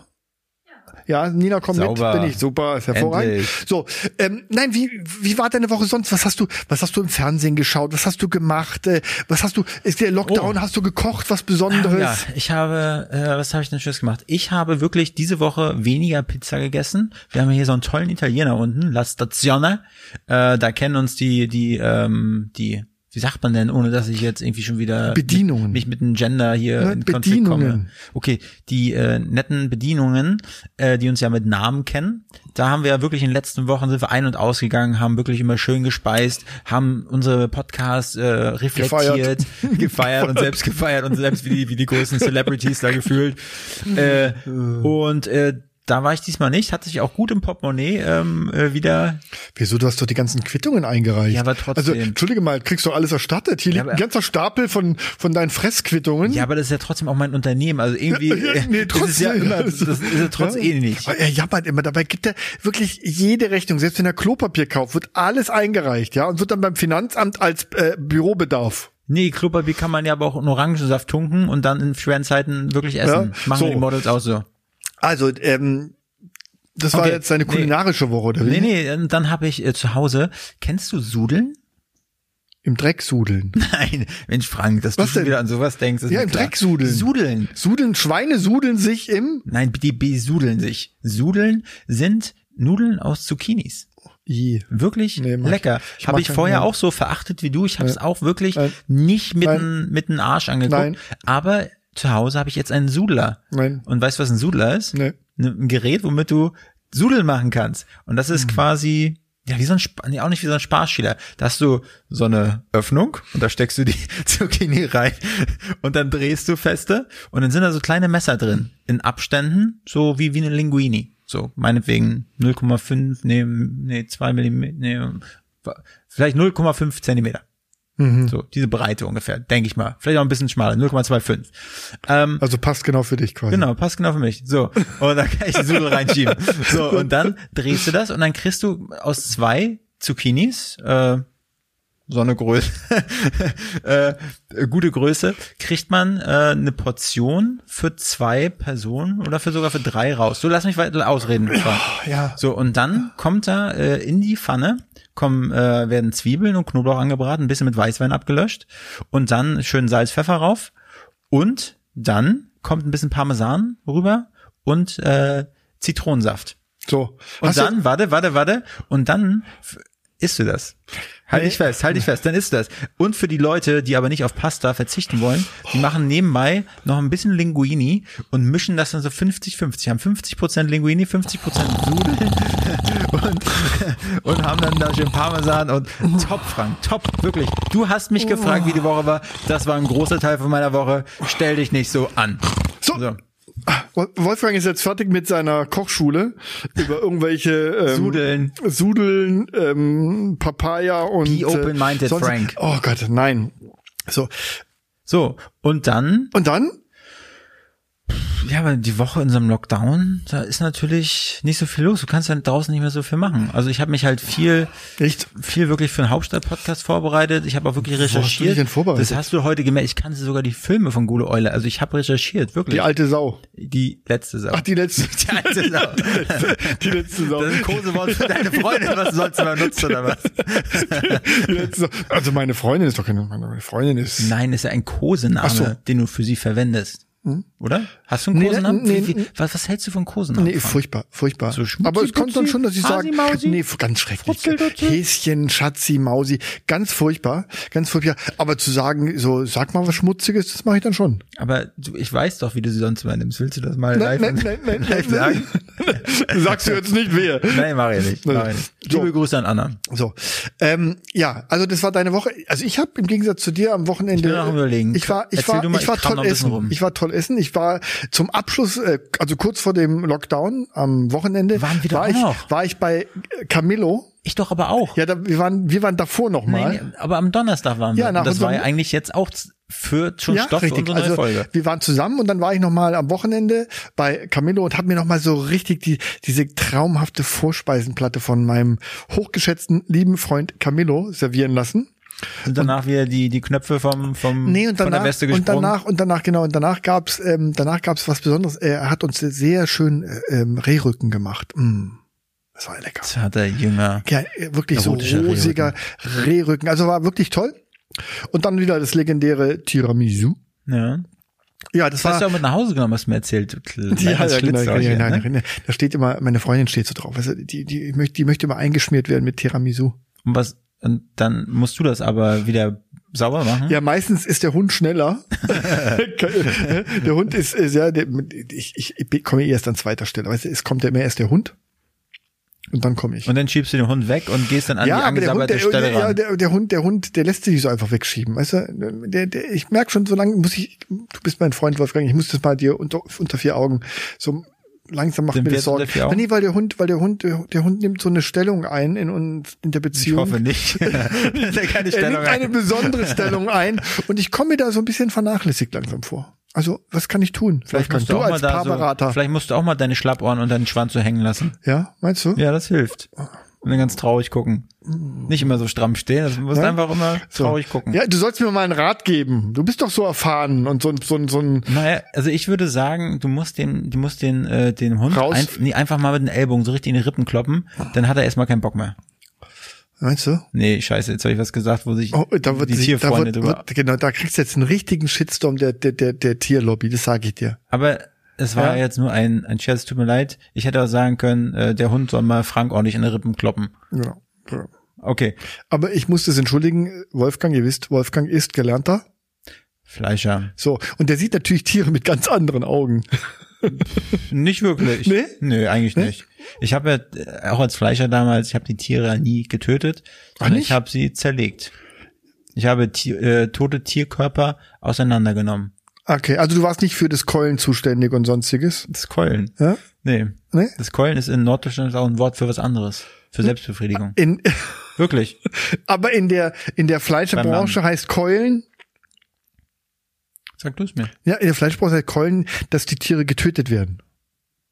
Ja, Nina, komm Sauber. mit, bin ich. Super, ist hervorragend. Endlich. So, ähm, nein, wie, wie war deine Woche sonst? Was hast du, was hast du im Fernsehen geschaut? Was hast du gemacht? Äh, was hast du, ist der Lockdown, hast du gekocht, was Besonderes? Oh. Ah, Ja, ich habe, äh, was habe ich denn Schönes gemacht? Ich habe wirklich diese Woche weniger Pizza gegessen. Wir haben hier so einen tollen Italiener unten, La Stazione. Äh, da kennen uns die, die, ähm, die, wie sagt man denn, ohne dass ich jetzt irgendwie schon wieder Bedienungen. mich mit dem Gender hier Ne, in Konflikt komme. Bedienungen. Okay, die äh, netten Bedienungen, äh, die uns ja mit Namen kennen, da haben wir ja wirklich in den letzten Wochen sind wir ein- und ausgegangen, haben wirklich immer schön gespeist, haben unsere Podcasts äh, reflektiert, <laughs> gefeiert, und selbst gefeiert und selbst wie die, wie die größten Celebrities da gefühlt. Äh, und äh, da war ich diesmal nicht, hatte ich auch gut im Portemonnaie ähm, äh, wieder. Wieso, du hast doch die ganzen Quittungen eingereicht. Ja, aber Also, trotzdem. entschuldige mal, kriegst du alles erstattet? Hier liegt aber- ein ganzer Stapel von, von deinen Fressquittungen. Ja, aber das ist ja trotzdem auch mein Unternehmen. Also <laughs> irgendwie Ja, ja, nee, äh, ist es ja trotzdem. immer, das ist ja trotz eh nicht. Er jappert immer, dabei gibt er wirklich jede Rechnung, selbst wenn er Klopapier kauft, wird alles eingereicht, ja, und wird dann beim Finanzamt als äh, Bürobedarf. Nee, Klopapier kann man ja aber auch in Orangensaft tunken und dann in schweren Zeiten wirklich essen. Ja, Machen so. die Models auch so. Also, ähm, das war Okay, jetzt seine nee. kulinarische Woche, oder wie? Nee, nee, und dann habe ich äh, zu Hause, kennst du Sudeln? <laughs> Im Dreck sudeln. Nein, Mensch Frank, dass Was du schon denn? wieder an sowas denkst. ist Ja, mir im klar. Dreck sudeln. Sudeln. Sudeln, Schweine sudeln sich im Nein, die besudeln sich. Sudeln sind Nudeln aus Zucchinis. I. Wirklich Nee, mag ich- lecker. ich Habe mag ich kein vorher Nudeln. auch so verachtet wie du. Ich habe es auch wirklich Nein. nicht mit Nein. dem mit dem Arsch angeguckt. Nein. Aber zu Hause habe ich jetzt einen Sudler. Nein. Und weißt du, was ein Sudler ist? Nee. Ne- Ein Gerät, womit du Sudeln machen kannst. Und das ist quasi ja, wie so ein, Sp- nee, auch nicht wie so ein Sparschäler. Da hast du so eine Öffnung und da steckst du die <laughs> Zucchini rein und dann drehst du feste und dann sind da so kleine Messer drin in Abständen, so wie, wie eine Linguini. So, meinetwegen 0,5, nee, nee, 2 Millimeter, nee, vielleicht 0,5 Zentimeter. So, diese Breite ungefähr, denke ich mal. Vielleicht auch ein bisschen schmaler, 0,25. Ähm, Also passt genau für dich quasi. Genau, passt genau für mich. So, und dann kann ich die Sudel reinschieben. So, und dann drehst du das und dann kriegst du aus zwei Zucchinis, äh, so eine <laughs> Größe, äh, gute Größe, kriegt man äh, eine Portion für zwei Personen oder für sogar für drei raus. So, lass mich weiter ausreden. Frank. Ja. So, und dann kommt da äh, in die Pfanne, kommen, äh, werden Zwiebeln und Knoblauch angebraten, ein bisschen mit Weißwein abgelöscht und dann schön Salz, Pfeffer rauf und dann kommt ein bisschen Parmesan rüber und äh, Zitronensaft. So. Und Hast du- dann, warte, warte, warte, und dann f- isst du das. Halt dich fest, halt dich fest, dann isst du das. Und für die Leute, die aber nicht auf Pasta verzichten wollen, die machen nebenbei noch ein bisschen Linguini und mischen das dann so 50-50, haben 50% Linguini, 50% Nudeln <laughs> und, und haben dann da schön Parmesan und top, Frank, top, wirklich. Du hast mich gefragt, wie die Woche war. Das war ein großer Teil von meiner Woche. Stell dich nicht so an. So. Wol- Wolfgang ist jetzt fertig mit seiner Kochschule über irgendwelche ähm, Sudeln. Sudeln, ähm, Papaya und Be open-minded, sonst- Frank. Oh Gott, nein. So So, und dann, und dann ja, aber die Woche in so einem Lockdown, da ist natürlich nicht so viel los. Du kannst dann draußen nicht mehr so viel machen. Also ich habe mich halt viel echt viel wirklich für einen Hauptstadt-Podcast vorbereitet. Ich habe auch wirklich recherchiert. hast du dich denn vorbereitet? Das hast du heute gemerkt. Ich kannte sogar die Filme von Gule Eule. Also ich habe recherchiert, wirklich. die alte Sau. Die letzte Sau. Ach die letzte, <laughs> Die alte Sau. <laughs> die letzte Sau. Das ist ein Kosewort für <laughs> deine Freundin. Was sollst du mal nutzen oder was? Die letzte Sau. Also meine Freundin ist doch keine meine Freundin ist. Nein, ist ja ein Kosename, Ach so. den du für sie verwendest. Oder? Hast du einen Nee, Kosenamen? nee, wie, wie, nee. was, was hältst du von Kosenamen? Nee, Frank? furchtbar, furchtbar. So schmutzi, Aber es kommt dann putzi, schon, dass ich sage, Hasi-Mausi, nee, f- ganz schrecklich. Frotzeldotze. Häschen, Schatzi, Mausi, ganz furchtbar, ganz furchtbar. Aber zu sagen, so, sag mal was Schmutziges, das mache ich dann schon. Ne, Aber du, ich weiß doch, wie du sie sonst mal nimmst. Willst du das mal live, <laughs> live sagen? <laughs> Sagst du jetzt nicht wehe. Nein, mach ich nicht. Mach ich nicht. <laughs> So. Liebe Grüße an Anna. So, ähm, ja, also das war deine Woche. Also ich habe im Gegensatz zu dir am Wochenende. Ich bin noch am Überlegen. Ich war, ich Erzähl war, du mal, ich war ich kram noch toll ein bisschen essen. rum. Ich war toll essen. Ich war zum Abschluss, äh, also kurz vor dem Lockdown am Wochenende, Waren wir doch war ich, noch. war ich bei Camillo. Ich doch aber auch. Ja, da, wir waren, wir waren davor noch mal. Nein, aber am Donnerstag waren wir. Ja, nach und das war ja unserem- eigentlich jetzt auch z- für schon ja, Stoff für richtig. unsere neue Also Folge. wir waren zusammen und dann war ich noch mal am Wochenende bei Camillo und habe mir noch mal so richtig die diese traumhafte Vorspeisenplatte von meinem hochgeschätzten lieben Freund Camillo servieren lassen. Sind danach wieder die, die Knöpfe vom, vom Nee, und von der danach, Weste gesprungen. und danach, und danach, genau, und danach gab's, ähm, danach gab's was Besonderes. Er hat uns sehr schön, äh, ähm, Rehrücken gemacht. Mm. Das war lecker. Das hat der Jünger. Ja, äh, wirklich so Erotischer rosiger Rehrücken. Also war wirklich toll. Und dann wieder das legendäre Tiramisu. Ja. Ja, das, Das hast du war, auch mit nach Hause genommen, hast du mir <laughs> erzählt. ja, ja, genau, genau, Schlitzohrchen, genau, ne? genau. Da steht immer, meine Freundin steht so drauf. Also die, die, die, möchte, die möchte immer eingeschmiert werden mit Tiramisu. Und was, und dann musst du das aber wieder sauber machen. Ja, meistens ist der Hund <laughs> schneller. der Hund ist, ist ja, der, ich, ich, ich komme erst an zweiter Stelle. Weißt du, es kommt ja immer erst der Hund und dann komme ich. Und dann schiebst du den Hund weg und gehst dann an die ja, aber der Hund, angesabberte der, äh, Stelle ja, ran. der, der Hund, der Hund, der lässt sich nicht so einfach wegschieben. Weißt du, der, der, ich merke schon, so lange muss ich, du bist mein Freund Wolfgang, ich muss das mal dir unter, unter vier Augen so langsam macht Sind mir wir das jetzt unter Sorgen. vier Augen? Nee, weil der Hund, weil der Hund, der, der Hund nimmt so eine Stellung ein in, uns- in der ich Beziehung. hoffe nicht. <laughs> da kann ich Er Stellung nimmt eine ein. <laughs> besondere Stellung ein und ich komme mir da so ein bisschen vernachlässigt langsam vor. Also, was kann ich tun? Vielleicht kannst musst du, du auch mal als da Paarberater. so, vielleicht musst du auch mal deine Schlappohren unter den Schwanz so hängen lassen. ja, meinst du? Ja, das hilft. Und dann ganz traurig gucken. Nicht immer so stramm stehen, das muss Nein? einfach immer So. traurig gucken. Ja, du sollst mir mal einen Rat geben. Du bist doch so erfahren und so ein, so ein, so ein Naja, also ich würde sagen, du musst den, du musst den, äh, den Hund Raus. einf- nee, einfach mal mit den Ellbogen so richtig in die Rippen kloppen, dann hat er erstmal keinen Bock mehr. meinst du? Nee, scheiße, jetzt habe ich was gesagt, wo sich Oh, da wird die sich- da Tierfreunde wird, drüber. wird, genau, da kriegst du jetzt einen richtigen Shitstorm der der der, der Tierlobby, das sage ich dir. Aber es war Ja. jetzt nur ein, ein Scherz, tut mir leid. Ich hätte auch sagen können, äh, der Hund soll mal Frank ordentlich in die Rippen kloppen. Ja. ja. Okay, Aber ich muss das entschuldigen, Wolfgang, ihr wisst, Wolfgang ist gelernter. Fleischer. So, und der sieht natürlich Tiere mit ganz anderen Augen. Nicht wirklich. Nee? Nee, eigentlich nicht. Ich habe ja äh, auch als Fleischer damals, ich habe die Tiere nie getötet, sondern nicht? ich habe sie zerlegt. Ich habe Ti- äh, tote Tierkörper auseinandergenommen. Okay, also du warst nicht für das Keulen zuständig und sonstiges. Das Keulen. Ja? Nee. Hm? Nee? Das Keulen ist in Norddeutschland auch ein Wort für was anderes. Für Selbstbefriedigung. In, <laughs> Wirklich. aber in der in der Fleischbranche heißt Keulen, Sag du es mir. ja, in der Fleischbranche heißt Keulen, dass die Tiere getötet werden.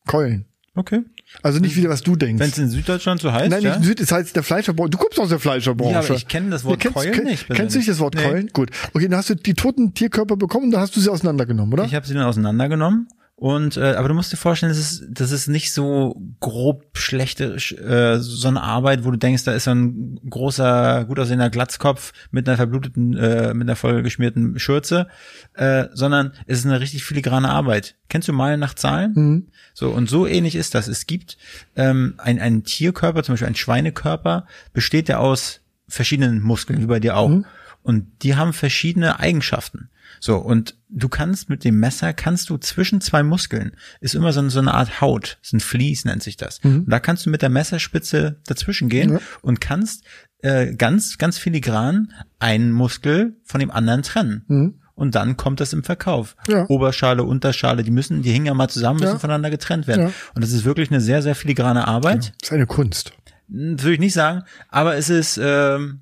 Keulen. Okay. Also Hm. nicht wieder was du denkst. Wenn es in Süddeutschland so heißt, Nein, ja? nicht Süd, das heißt der Fleischerbranche. Du kommst aus der Fleischerbranche. Ja, aber ich kenne das Wort Nee, kennst, Keulen kenn- nicht Kennst du persönlich. nicht das Wort Nee. Keulen? Gut. Okay, dann hast du die toten Tierkörper bekommen, dann hast du sie auseinandergenommen, oder? Ich habe sie dann auseinandergenommen. Und äh, aber du musst dir vorstellen, das ist, das ist nicht so grob schlechte sch- äh, so eine Arbeit, wo du denkst, da ist so ein großer, gut aussehender Glatzkopf mit einer verbluteten, äh, mit einer vollgeschmierten Schürze, äh, sondern es ist eine richtig filigrane Arbeit. Kennst du Meilen nach Zahlen? So und so ähnlich ist das. Es gibt ähm, ein ein Tierkörper, zum Beispiel ein Schweinekörper, besteht ja aus verschiedenen Muskeln, wie bei dir auch. und die haben verschiedene Eigenschaften. So, und du kannst mit dem Messer, kannst du zwischen zwei Muskeln, ist immer so, so eine Art Haut, sind Vlies nennt sich das. Und da kannst du mit der Messerspitze dazwischen gehen Mhm. Ja. und kannst äh, ganz, ganz filigran einen Muskel von dem anderen trennen. Und dann kommt das im Verkauf. Mhm. Ja. Oberschale, Unterschale, die müssen, die hängen ja mal zusammen, müssen Ja. voneinander getrennt werden. Ja. Genau. Und das ist wirklich eine sehr, sehr filigrane Arbeit. Das ist eine Kunst. Würde ich nicht sagen, aber es ist, ähm,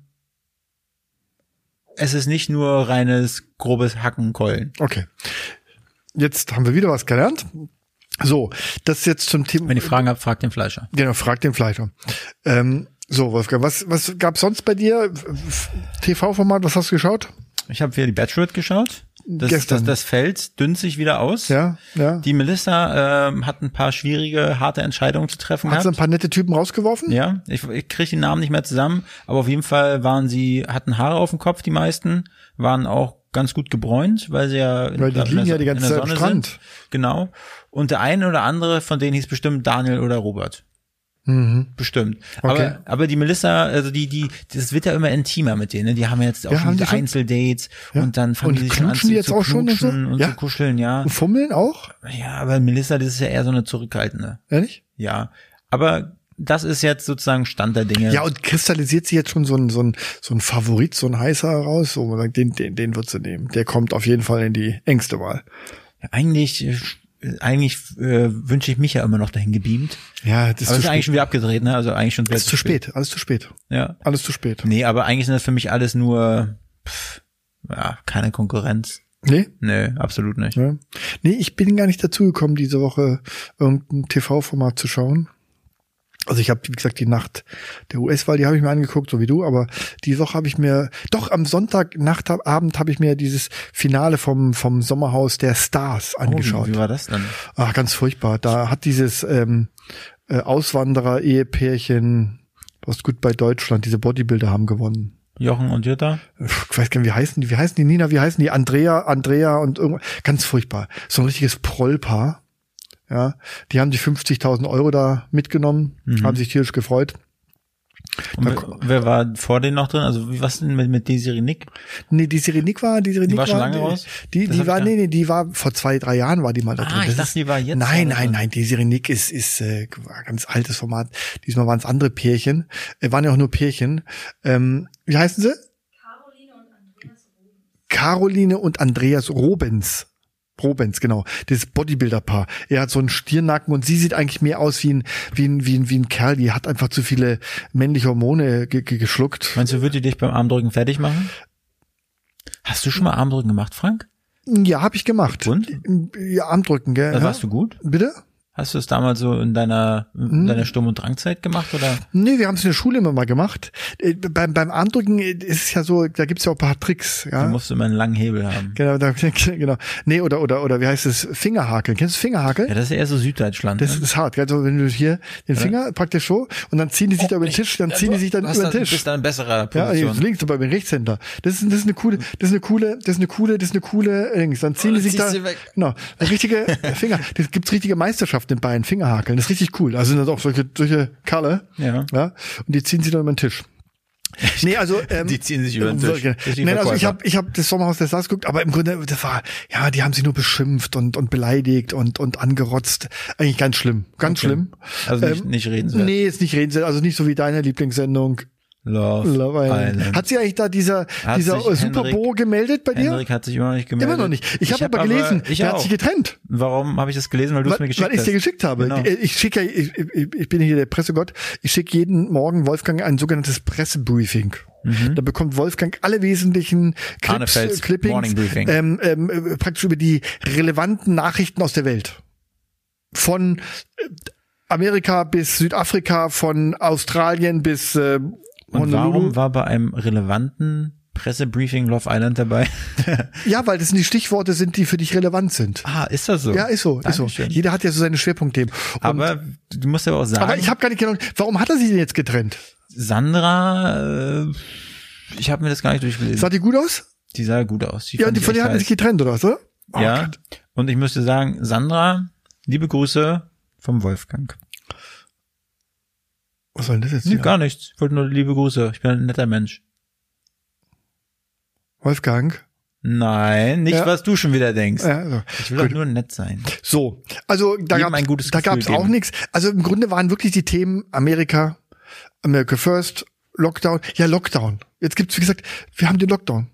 es ist nicht nur reines grobes Hackenkeulen. Okay. Jetzt haben wir wieder was gelernt. So, das jetzt zum Thema. Wenn ihr Fragen habt, fragt den Fleischer. Genau, frag den Fleischer. Ähm, so, Wolfgang, was, was gab's sonst bei dir? TV-Format, was hast du geschaut? Ich habe wieder die Bachelorette geschaut. Das, Gestern. Das, das Feld dünnt sich wieder aus. Ja, ja. Die Melissa ähm, hat ein paar schwierige, harte Entscheidungen zu treffen Hast du ein gehabt. paar nette Typen rausgeworfen? Ja, ich, ich kriege den Namen nicht mehr zusammen, aber auf jeden Fall waren sie, hatten Haare auf dem Kopf, die meisten, waren auch ganz gut gebräunt, weil sie ja in, Weil die in der liegen ja So- die ganze in der Zeit am Sonne Strand. Sind. Genau. Und der eine oder andere von denen hieß bestimmt Daniel oder Robert. Bestimmt. Mhm. Okay. Aber, aber die Melissa, also die, die, das wird ja immer intimer mit denen. ne? Die haben ja jetzt auch Ja, haben schon diese die schon? Einzeldates und dann fangen Und die sich schon an knutschen die zu- jetzt zu auch schon und so? knutschen und Ja. zu kuscheln, ja. Und Fummeln auch? Ja, aber Melissa, das ist ja eher so eine zurückhaltende. Ehrlich? Ja. Aber das ist jetzt sozusagen Stand der Dinge. Ja, und kristallisiert sich jetzt schon so ein, so ein, so ein Favorit, so ein heißer raus, so man sagt, den, den, den wird sie nehmen. Der kommt auf jeden Fall in die engste Wahl. Eigentlich, äh, eigentlich äh, wünsche ich mich ja immer noch dahin gebeamt. Ja, das ist, Aber zu es ist eigentlich spät. schon wieder abgedreht, ne? Also eigentlich schon Das ist zu spät. Alles zu spät. Ja. Alles zu spät. Nee, aber eigentlich sind das für mich alles nur pff, ja, keine Konkurrenz. Nee? Nee, absolut nicht. Ja. Nee, ich bin gar nicht dazu gekommen, diese Woche irgendein TV-Format zu schauen. Also ich habe, wie gesagt, die Nacht der US-Wahl, die habe ich mir angeguckt, so wie du, aber die Woche habe ich mir, doch am Sonntag, Nachtabend habe ich mir dieses Finale vom, vom Sommerhaus der Stars angeschaut. Oh, wie war das dann? Ach, Ah, ganz furchtbar. Da hat dieses ähm, äh, Auswanderer-Ehepärchen, was gut bei Deutschland, diese Bodybuilder haben gewonnen Jochen und Jutta? ich weiß gar nicht, wie heißen die, wie heißen die, Nina, wie heißen die, Andrea, Andrea und irgendwas, ganz furchtbar. So ein richtiges Prollpaar, ja, die haben die 50.000 Euro da mitgenommen, haben sich tierisch gefreut. Und wer, wer war vor denen noch drin? Also wie was denn mit, mit Desiree Nick? Nee, die Sirenik war, die Sirenik war schon lange die, raus? Die, Das die hab war, ich gar- nee, nee, die war vor zwei, drei Jahren war die mal da Ah, drin. ich dachte, die war jetzt Nein, da nein, drin. nein, die Sirenik ist, ist äh, war ein ganz altes Format. Diesmal waren es andere Pärchen, äh, waren ja auch nur Pärchen. Ähm, wie heißen sie? Caroline und Andreas Robens. Robens, genau. Das Bodybuilder-Paar. Er hat so einen Stirnacken und sie sieht eigentlich mehr aus wie ein, wie ein, wie ein, wie ein Kerl. Die hat einfach zu viele männliche Hormone ge ge geschluckt. Meinst du, würde dich beim Armdrücken fertig machen? Hast du schon mal Armdrücken gemacht, Frank? Ja, habe ich gemacht. Und? Ja, Armdrücken, gell? Da ja? warst du gut? Bitte? Hast du es damals so in deiner, in Hm? deiner Sturm- und Drangzeit gemacht oder? Nee, wir haben es in der Schule immer mal gemacht. Äh, Beim, beim Armdrücken äh, ist es ja so, da gibt's ja auch ein paar Tricks. Du Ja? musst immer einen langen Hebel haben. Genau, da, <laughs> genau. Nee, oder, oder, oder wie heißt es? Fingerhakel. Kennst du Fingerhakel? Ja, das ist eher so Süddeutschland. Das ne? ist hart, gell? Also wenn du hier den Finger praktisch so und dann ziehen die sich da über den Tisch, dann ziehen die sich dann Hast über den dann- Tisch. Bist dann in besserer Ja, Position. jetzt links, aber beim Rechtshänder. Das ist, das ist eine coole, das ist eine coole, das ist eine coole, das ist eine coole äh, links. Dann ziehen die Oh, dann sich ziehst da. du weg. <laughs> Genau. Richtige Finger. Das gibt's richtige Meisterschaften in Bayern, Fingerhakeln. Das ist richtig cool. Also sind das auch solche, solche Kalle. Ja. ja. Und die ziehen sie dann über den Tisch. Nee, <laughs> also ähm, Die ziehen sich über den so, Tisch. genau. Das ist die Nein, also ich Verkäufer. habe ich hab das Sommerhaus der Stars geguckt, aber im Grunde das war ja, die haben sich nur beschimpft und und beleidigt und und angerotzt. Eigentlich ganz schlimm, ganz schlimm. Also nicht, nicht reden so. Ähm, Nee, jetzt nicht reden sie, also nicht so wie deine Lieblingssendung Love, Love Island. Island. Hat sie eigentlich da dieser Hat dieser sich Super Henrik- Bowl gemeldet bei dir? Henrik hat sich immer noch nicht gemeldet. Immer noch nicht. Ich, habe aber gelesen, ich der auch. hat sich getrennt. Warum habe ich das gelesen? Weil du es mir Weil, geschickt weil ich hast. dir geschickt habe. Äh, Genau. Die- Ich schicke ja, ich, ich ich bin hier der Pressegott, ich schicke jeden Morgen Wolfgang ein sogenanntes Pressebriefing. Mhm. Da bekommt Wolfgang alle wesentlichen Clips, Arnefelds Clippings, Morning Briefing. Ähm, ähm, äh, praktisch über die relevanten Nachrichten aus der Welt. Von äh, Amerika bis Südafrika, von Australien bis äh, Und Honolulu. warum war bei einem relevanten Pressebriefing Love Island dabei? <laughs> Ja, weil das sind die Stichworte sind, die für dich relevant sind. ah, ist das so? Ja, ist so, ist so. Dankeschön. Jeder hat ja so seine Schwerpunktthemen. Und- Aber du musst ja auch sagen, aber ich habe gar nicht genau, warum hat er sich denn jetzt getrennt? Sandra, äh, ich habe mir das gar nicht durchgelesen. Sah die gut aus? die sah gut aus. Die Ja, fand die ich von echt der hat heiß. sich getrennt, oder was, oder? Oh ja. Gott. Und ich müsste sagen, Sandra, liebe Grüße vom Wolfgang. Was soll denn das jetzt? Nee, hier? gar nichts. Ich wollte nur liebe Grüße. Ich bin ein netter Mensch. Wolfgang. Nein, nicht, Ja. was du schon wieder denkst. Ja, so. Ich will doch nur nett sein. So, also da Jedem gab ein gutes da Gefühl gab's auch geben. nichts. Also im Grunde waren wirklich die Themen Amerika, America First, Lockdown. Ja, Lockdown. Jetzt gibt's wie gesagt, wir haben den Lockdown.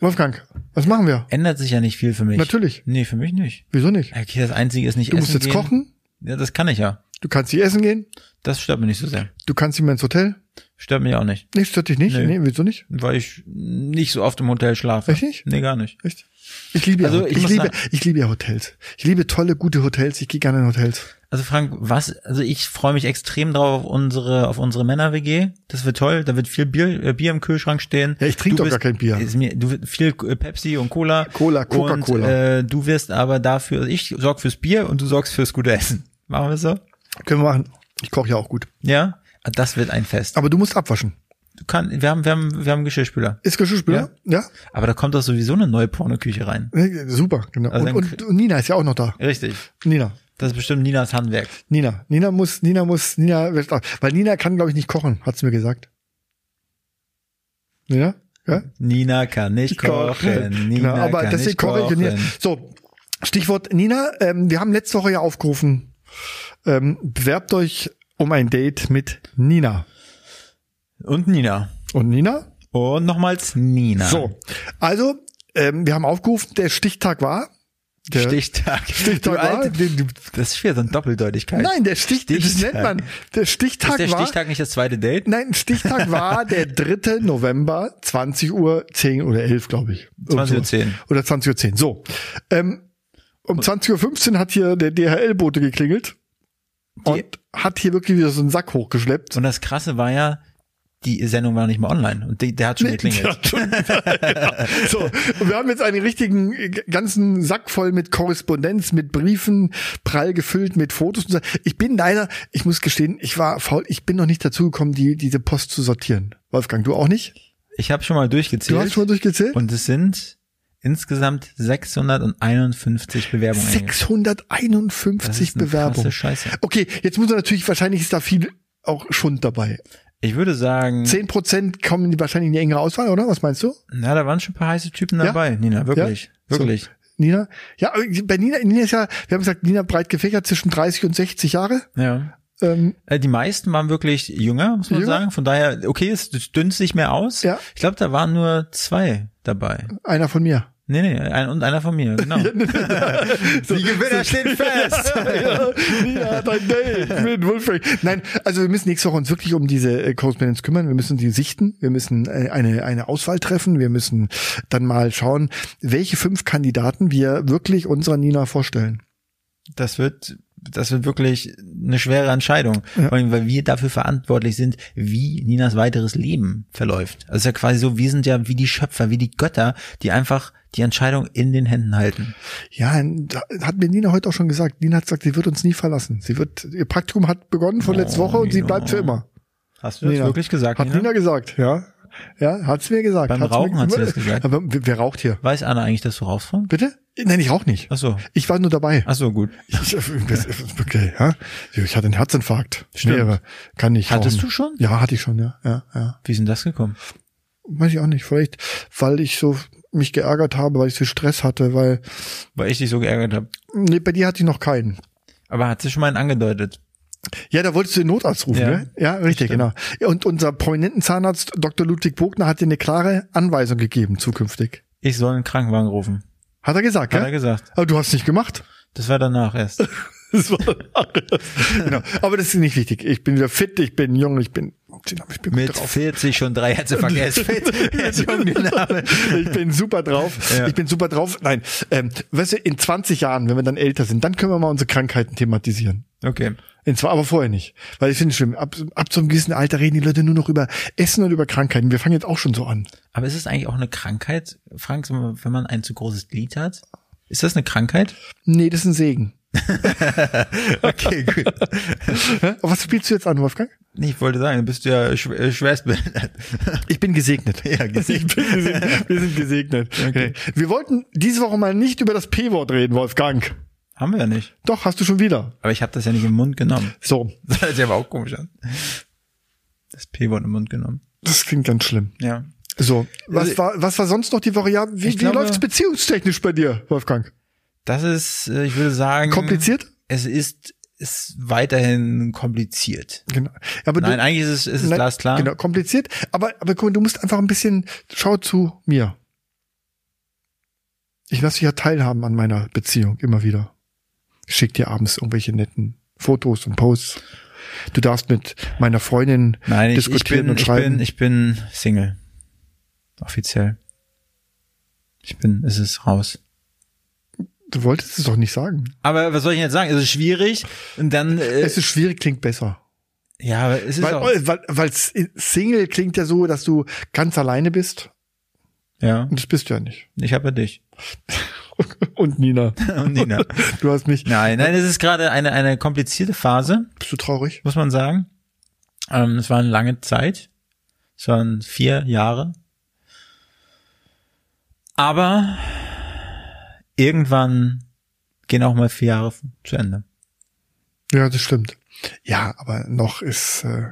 Wolfgang, was machen wir? Ändert sich ja nicht viel für mich. Natürlich. Nee, für mich nicht. Wieso nicht? Okay, das Einzige ist nicht Du essen musst jetzt gehen. kochen, Ja, das kann ich ja. du kannst hier essen gehen, Das stört mich nicht so sehr. du kannst immer ins Hotel. Stört mich auch nicht. Nee, stört dich nicht? Nee. Nee, wieso nicht? Weil ich nicht so oft im Hotel schlafe. Echt nicht? Nee, gar nicht. Echt? Ich liebe, ja- Also, ich ich, muss liebe, sagen- ich liebe ja Hotels. Ich liebe tolle, gute Hotels. Ich gehe gerne in Hotels. Also Frank, was, also ich freue mich extrem drauf auf unsere, auf unsere Männer-WG. Das wird toll. Da wird viel Bier, äh, Bier im Kühlschrank stehen. Ja, ich trinke Du doch gar kein Bier. Ist mir, du viel äh, Pepsi und Cola. Cola, Und, Coca-Cola. äh, du wirst aber dafür, also ich sorg fürs Bier und du sorgst fürs gute Essen. Machen wir so? Können wir machen. Ich koche ja auch gut. Ja? Ah, Das wird ein Fest. Aber du musst abwaschen. Du kann, wir haben, wir haben, wir haben einen Geschirrspüler. Ist Geschirrspüler? ja? Aber da kommt doch sowieso eine neue Pornoküche rein. Nee, Super, genau. Also dann und, und, und Nina ist ja auch noch da. Richtig. Nina. Das ist bestimmt Ninas Handwerk. Nina. Nina muss, Nina muss, Nina wäscht ab. Weil Nina kann, glaube ich, nicht kochen, hat's mir gesagt. Nina? Hm. Ja? Nina kann nicht kochen. Nina genau, aber kann deswegen nicht kochen. koche ich und Nina. So, Stichwort Nina. Ähm, wir haben letzte Woche ja aufgerufen, ähm, bewerbt euch um ein Date mit Nina. Und Nina. Und Nina? Und nochmals Nina. So, also, ähm, wir haben aufgerufen, der Stichtag war. Der, Stichtag. Stichtag <laughs> du alte, war- du, du, das ist wieder so eine Doppeldeutigkeit. Nein, der Stich, Das Stichtag. nennt man, der Stichtag ist der war. Stichtag nicht das zweite Date? Nein, Stichtag war der 3. November, 20 Uhr 10 oder 11, glaube ich. Irgend 20 Uhr sowas. 10. Oder 20 Uhr 10. So. Ähm, um 20.15 Uhr hat hier der DHL-Bote geklingelt und hat hier wirklich wieder so einen Sack hochgeschleppt. Und das Krasse war ja, die Sendung war nicht mal online. Und die, der hat schon geklingelt. Ja, schon <laughs> wieder, ja. Genau. So, und wir haben jetzt einen richtigen äh, ganzen Sack voll mit Korrespondenz, mit Briefen, prall gefüllt mit Fotos. und so. Ich bin leider, ich muss gestehen, ich war faul, ich bin noch nicht dazu gekommen, die, diese Post zu sortieren. Wolfgang, du auch nicht? Ich habe schon mal Du hast durchgezählt. schon mal durchgezählt? und es sind insgesamt 651 Bewerbungen. eingegangen. Das 651 ist eine krasse Bewerbungen. Scheiße. Okay, jetzt muss er natürlich, wahrscheinlich ist da viel auch Schund dabei. Ich würde sagen, 10% kommen wahrscheinlich in die engere Auswahl, oder? Was meinst du, na, da waren schon ein paar heiße Typen Ja? dabei, Nina, wirklich, So. wirklich. Nina? Ja, aber bei Nina, Nina ist ja, wir haben gesagt, Nina breit gefächert zwischen 30 und 60 Jahre. Ja. Ähm, Äh, Die meisten waren wirklich jünger, muss man Jünger? sagen. Von daher, okay, es dünnt sich mehr aus. Ja. Ich glaube, da waren nur zwei dabei. einer von mir. Nee, nee, ein, und einer von mir, <laughs> genau. Die Gewinner stehen fest. ja, Nina hat ein Date mit Wolfgang. Nein, also wir müssen nächste Woche uns wirklich um diese äh, Korrespondenz kümmern. Wir müssen die sichten. Wir müssen äh, eine, eine Auswahl treffen. Wir müssen dann mal schauen, welche fünf Kandidaten wir wirklich unserer Nina vorstellen. Das wird, das wird wirklich eine schwere Entscheidung, Vor allem, weil wir dafür verantwortlich sind, wie Ninas weiteres Leben verläuft. Also es ist ja quasi so, wir sind ja wie die Schöpfer, wie die Götter, die einfach die Entscheidung in den Händen halten. Ja, da hat mir Nina heute auch schon gesagt. Nina hat gesagt, sie wird uns nie verlassen. Sie wird, ihr Praktikum hat begonnen von letzter Oh, Woche und sie Nina. bleibt für immer. Hast du das Nina. wirklich gesagt, Hat Nina? Nina, gesagt, ja. Ja, hat's mir gesagt. Beim hat's Rauchen mir, hat sie das gesagt. Aber wer, wer raucht hier? Weiß Anna eigentlich, dass du rauchst, Frank? Bitte? Nein, ich rauche nicht. Ach so. Ich war nur dabei. Ach so, gut. Ich, <laughs> okay, ja. Ich hatte einen Herzinfarkt. Stimmt. Mehrere. Kann nicht. Hattest rauchen. du schon? Ja, hatte ich schon, ja. ja, ja. Wie ist denn das gekommen? Weiß ich auch nicht. Vielleicht, weil ich so mich geärgert habe, weil ich so Stress hatte, weil Weil ich dich so geärgert habe. nee, bei dir hatte ich noch keinen. Aber hat sie schon mal einen angedeutet. Ja, da wolltest du den Notarzt rufen, Ja. ja, ne? Ja, richtig, genau. Und unser prominenten Zahnarzt Dr. Ludwig Bogner hat dir eine klare Anweisung gegeben zukünftig. Ich soll einen Krankenwagen rufen. Hat er gesagt, Hat gell? er gesagt. Aber du hast nicht <laughs> gemacht. Das war danach <laughs> erst. Das war genau. Aber das ist nicht wichtig. Ich bin wieder fit, ich bin jung, ich bin, ich bin gut Mit drauf. 40 schon drei <laughs> Herzen vergessen. <laughs> <laughs> Jetzt jung, die Name. Ich bin super drauf. Ja. Ich bin super drauf. Nein, ähm, weißt du, in 20 Jahren, wenn wir dann älter sind, dann können wir mal unsere Krankheiten thematisieren. Okay. Und zwar aber vorher nicht. Weil ich finde es schlimm. Ab, ab so einem gewissen Alter reden die Leute nur noch über Essen und über Krankheiten. Wir fangen jetzt auch schon so an. Aber ist es eigentlich auch eine Krankheit, Frank, wenn man ein zu großes Glied hat? Ist das eine Krankheit? Nee, das ist ein Segen. <laughs> Okay, gut. Hä? Was spielst du jetzt an, Wolfgang? Nee, Ich wollte sagen, du bist ja schw- äh, schwerstbehindert. <laughs> Ich bin gesegnet. <laughs> Ja, Ich gesegnet. bin gesegnet. Wir sind <laughs> gesegnet. Okay. Wir wollten diese Woche mal nicht über das P-Wort reden, Wolfgang. Haben wir ja nicht. Doch, hast du schon wieder. Aber ich habe das ja nicht im Mund genommen. So, <laughs> Das hört sich aber auch komisch an. Das P-Wort im Mund genommen. das klingt ganz schlimm. Ja. So, was war, was war sonst noch die Variable? Wie, also Ich wie glaube- läuft's beziehungstechnisch bei dir, Wolfgang? Das ist, äh, ich würde sagen. Kompliziert? Es ist, ist weiterhin kompliziert. Genau. Aber Nein, eigentlich ist es, ist es nein, glasklar. Genau, kompliziert. Aber, aber guck mal, du musst einfach ein bisschen, schau zu mir. Ich lasse dich ja teilhaben an meiner Beziehung immer wieder. Ich schick dir abends irgendwelche netten Fotos und Posts. Du darfst mit meiner Freundin Nein, ich, ich, diskutieren bin, und ich, schreiben. bin, ich bin Single. Offiziell. Ich bin, es ist raus. du wolltest es doch nicht sagen. Aber was soll ich denn jetzt sagen? Es ist schwierig. Und dann, äh, es ist schwierig, klingt besser. ja, aber es ist Weil, auch, weil, weil Single klingt ja so, dass du ganz alleine bist. ja, Und das bist du ja nicht. <laughs> ich habe dich. <laughs> Und Nina. Und Nina. Du hast mich. Nein, nein, es ist gerade eine, eine komplizierte Phase, Bist du traurig? muss man sagen. Ähm, es war eine lange Zeit. Es waren vier Jahre. Aber irgendwann gehen auch mal vier Jahre zu Ende. Ja, das stimmt. Ja, aber noch ist äh,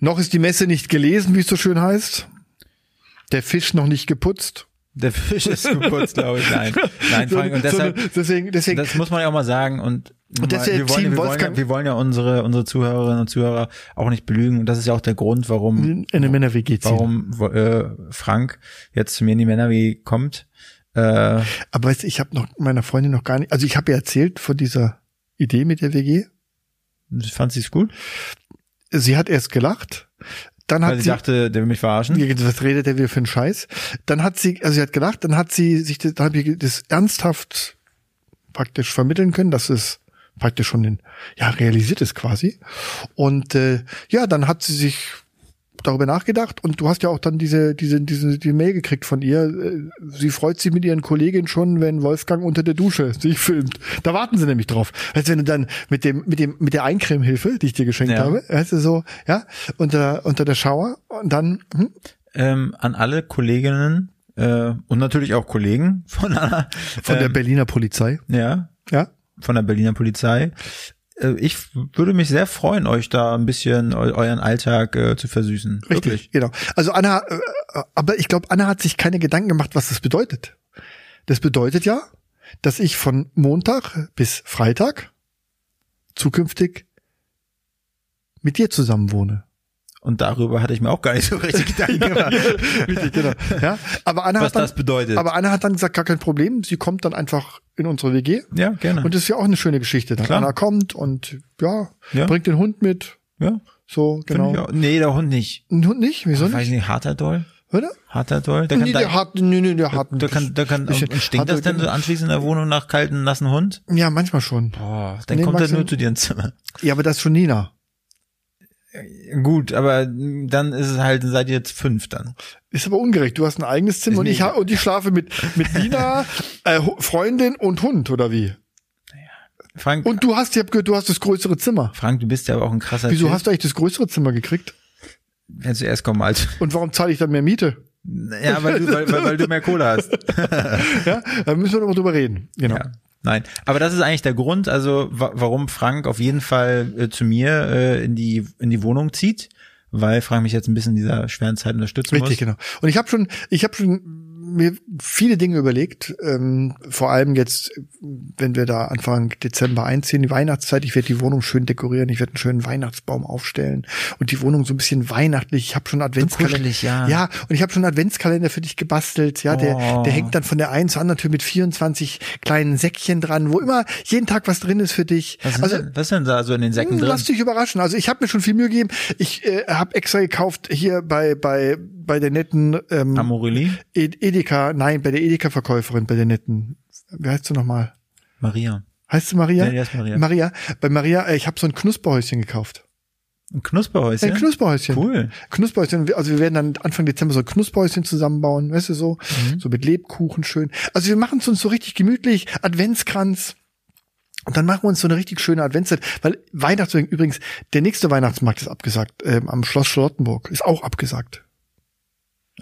noch ist die Messe nicht gelesen, wie es so schön heißt. Der Fisch noch nicht geputzt. Der Fisch ist geputzt, glaube ich. Nein, nein, Frank. Und So- so- deshalb, deswegen, deswegen, das muss man ja auch mal sagen. Und, Und deshalb wir, Team wollen, ja- wir, wollen ja, Wolfgang- wir wollen ja unsere, unsere Zuhörerinnen und Zuhörer auch nicht belügen. Und das ist ja auch der Grund, warum, in eine Männer-WG ziehen. warum wo- äh, Frank jetzt zu mir in die Männerwege kommt. Äh, Aber weißt, du, ich habe noch meiner Freundin noch gar nicht. Also ich habe ihr erzählt von dieser Idee mit der WG. fand sie es gut, Sie hat erst gelacht. Dann weil hat sie, sie dachte, der will mich verarschen. Ja, Was redet der wieder für einen Scheiß? Dann hat sie, also sie hat gelacht, dann hat sie sich, das- dann hab ich das ernsthaft praktisch vermitteln können, dass es praktisch schon in, ja, realisiert ist quasi. Und äh, ja, dann hat sie sich darüber nachgedacht und du hast ja auch dann diese, diese, diese die Mail gekriegt von ihr. Äh, Sie freut sich mit ihren Kolleginnen schon, wenn Wolfgang unter der Dusche sich filmt. Da warten sie nämlich drauf. Weißt du, wenn du dann mit dem, mit dem, mit der Eincremehilfe, die ich dir geschenkt Ja. habe, weißt du so, ja, unter, unter der Schauer und dann, hm, Ähm, an alle Kolleginnen äh, und natürlich auch Kollegen von, der- Von der ähm, Berliner Polizei, ja, ja. von der Berliner Polizei. Äh, Ich würde mich sehr freuen, euch da ein bisschen eu euren Alltag äh, zu versüßen. Wirklich. Genau. Also Anna, äh, aber ich glaube, Anna hat sich keine Gedanken gemacht, was das bedeutet. Das bedeutet ja, dass ich von Montag bis Freitag zukünftig mit dir zusammen <laughs> wohne. Und darüber hatte ich mir auch gar nicht so richtig <laughs> Gedanken gemacht, Richtig, genau. Ja, aber Anna was hat dann, das bedeutet. aber Anna hat dann gesagt, gar kein Problem. Sie kommt dann einfach in unsere WG. ja, gerne. Und das ist ja auch eine schöne Geschichte. Dann Ah. Klar. Anna kommt und ja, Ja. bringt den Hund mit. ja, So, genau. Ich genau. auch. Nee, der Hund nicht. Ein Hund nicht? Wieso Weiß nicht? nicht, harter Doll? Oder? Harter Doll? Der kann, nee, da, der hat, nee, nee, der hat. der kann, der kann, Ich- und stinkt hat- genau. das denn so anschließend in der Wohnung nach kalten, nassen Hund? Ja, manchmal schon. Boah, dann Nee, kommt er Maxim- nur zu dir ins Zimmer. Ja, aber das ist schon Nina. Gut, aber mm, dann ist es halt, seid ihr jetzt fünf dann. Ist aber ungerecht. Du hast ein eigenes Zimmer und ich, Nina. ha- und ich schlafe mit, mit <laughs> Nina, äh, Hu- Freundin und Hund, oder wie? Frank, Und du hast, ich hab gehört, du hast das größere Zimmer. Frank, du bist ja aber auch ein krasser Wieso Typ. hast du eigentlich das größere Zimmer gekriegt? Wenn zuerst kommen als. Und warum zahle ich dann mehr Miete? Ja, weil du, weil, weil, weil du mehr Kohle hast. Ja, da müssen wir doch mal drüber reden. <laughs> Genau. Ja. Nein, aber das ist eigentlich der Grund, also wa warum Frank auf jeden Fall äh, zu mir äh, in die in die Wohnung zieht, weil Frank mich jetzt ein bisschen in dieser schweren Zeit unterstützen Richtig, muss. genau. Und ich habe schon, ich habe schon mir viele Dinge überlegt, ähm, vor allem jetzt, wenn wir da Anfang Dezember einziehen, die Weihnachtszeit, ich werde die Wohnung schön dekorieren, ich werde einen schönen Weihnachtsbaum aufstellen und die Wohnung so ein bisschen weihnachtlich. Ich habe schon Adventskalender. kuschelig, ja. ja, und ich habe schon einen Adventskalender für dich gebastelt, ja, der, Oh. der hängt dann von der einen zur anderen Tür mit 24 kleinen Säckchen dran, wo immer jeden Tag was drin ist für dich. Was ist, Also denn, was ist denn da so in den Säcken hm, drin? Lass dich überraschen. Also ich habe mir schon viel Mühe gegeben. Ich äh, habe extra gekauft hier bei bei bei der netten ähm, Amorelli? E- Edeka, nein, bei der Edeka-Verkäuferin, bei der netten. Wie heißt du nochmal? Maria. Heißt du Maria? Ja, die heißt Maria. Maria. Bei Maria, äh, ich habe so ein Knusperhäuschen gekauft. Ein Ein Knusperhäuschen? Knusperhäuschen. Cool. Knusperhäuschen, also wir werden dann Anfang Dezember so ein Knusperhäuschen zusammenbauen, weißt du so, Mhm. so mit Lebkuchen schön. Also wir machen es uns so richtig gemütlich, Adventskranz. Und dann machen wir uns so eine richtig schöne Adventszeit, weil Weihnachtsmarkt übrigens, der nächste Weihnachtsmarkt ist abgesagt, ähm, am Schloss Charlottenburg, ist auch abgesagt.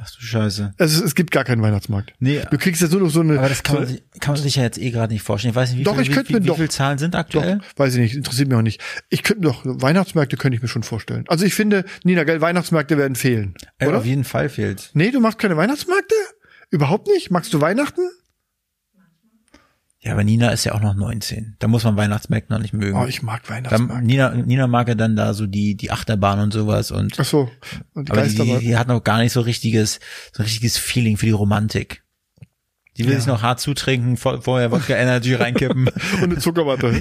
Ach du Scheiße. Also es gibt gar keinen Weihnachtsmarkt. Nee, Du kriegst jetzt nur noch so eine. aber das kann man, so, sich, kann man sich ja jetzt eh gerade nicht vorstellen. Ich weiß nicht, wie Doch, viele, ich könnte wie, mir wie, doch- viele Zahlen sind doch, aktuell. weiß ich nicht, interessiert mich auch nicht. Ich könnte doch, Weihnachtsmärkte könnte ich mir schon vorstellen. Also ich finde, Nina, gell, Weihnachtsmärkte werden fehlen. Ey, oder? Äh, Auf jeden Fall fehlt. Nee, du machst keine Weihnachtsmärkte? Überhaupt nicht? Magst du Weihnachten? Ja, aber Nina ist ja auch noch 19. Da muss man Weihnachtsmärkte noch nicht mögen. Oh, ich mag dann, Weihnachtsmärkte. Nina, Nina mag ja dann da so die, die Achterbahn und sowas und Ach so, und die aber die, die, Geisterbahn. die hat noch gar nicht so richtiges, so ein richtiges Feeling für die Romantik. Die will sich noch hart zutrinken, vor, vorher Wodka <laughs> Energy reinkippen. und eine <laughs> Zuckerwatte.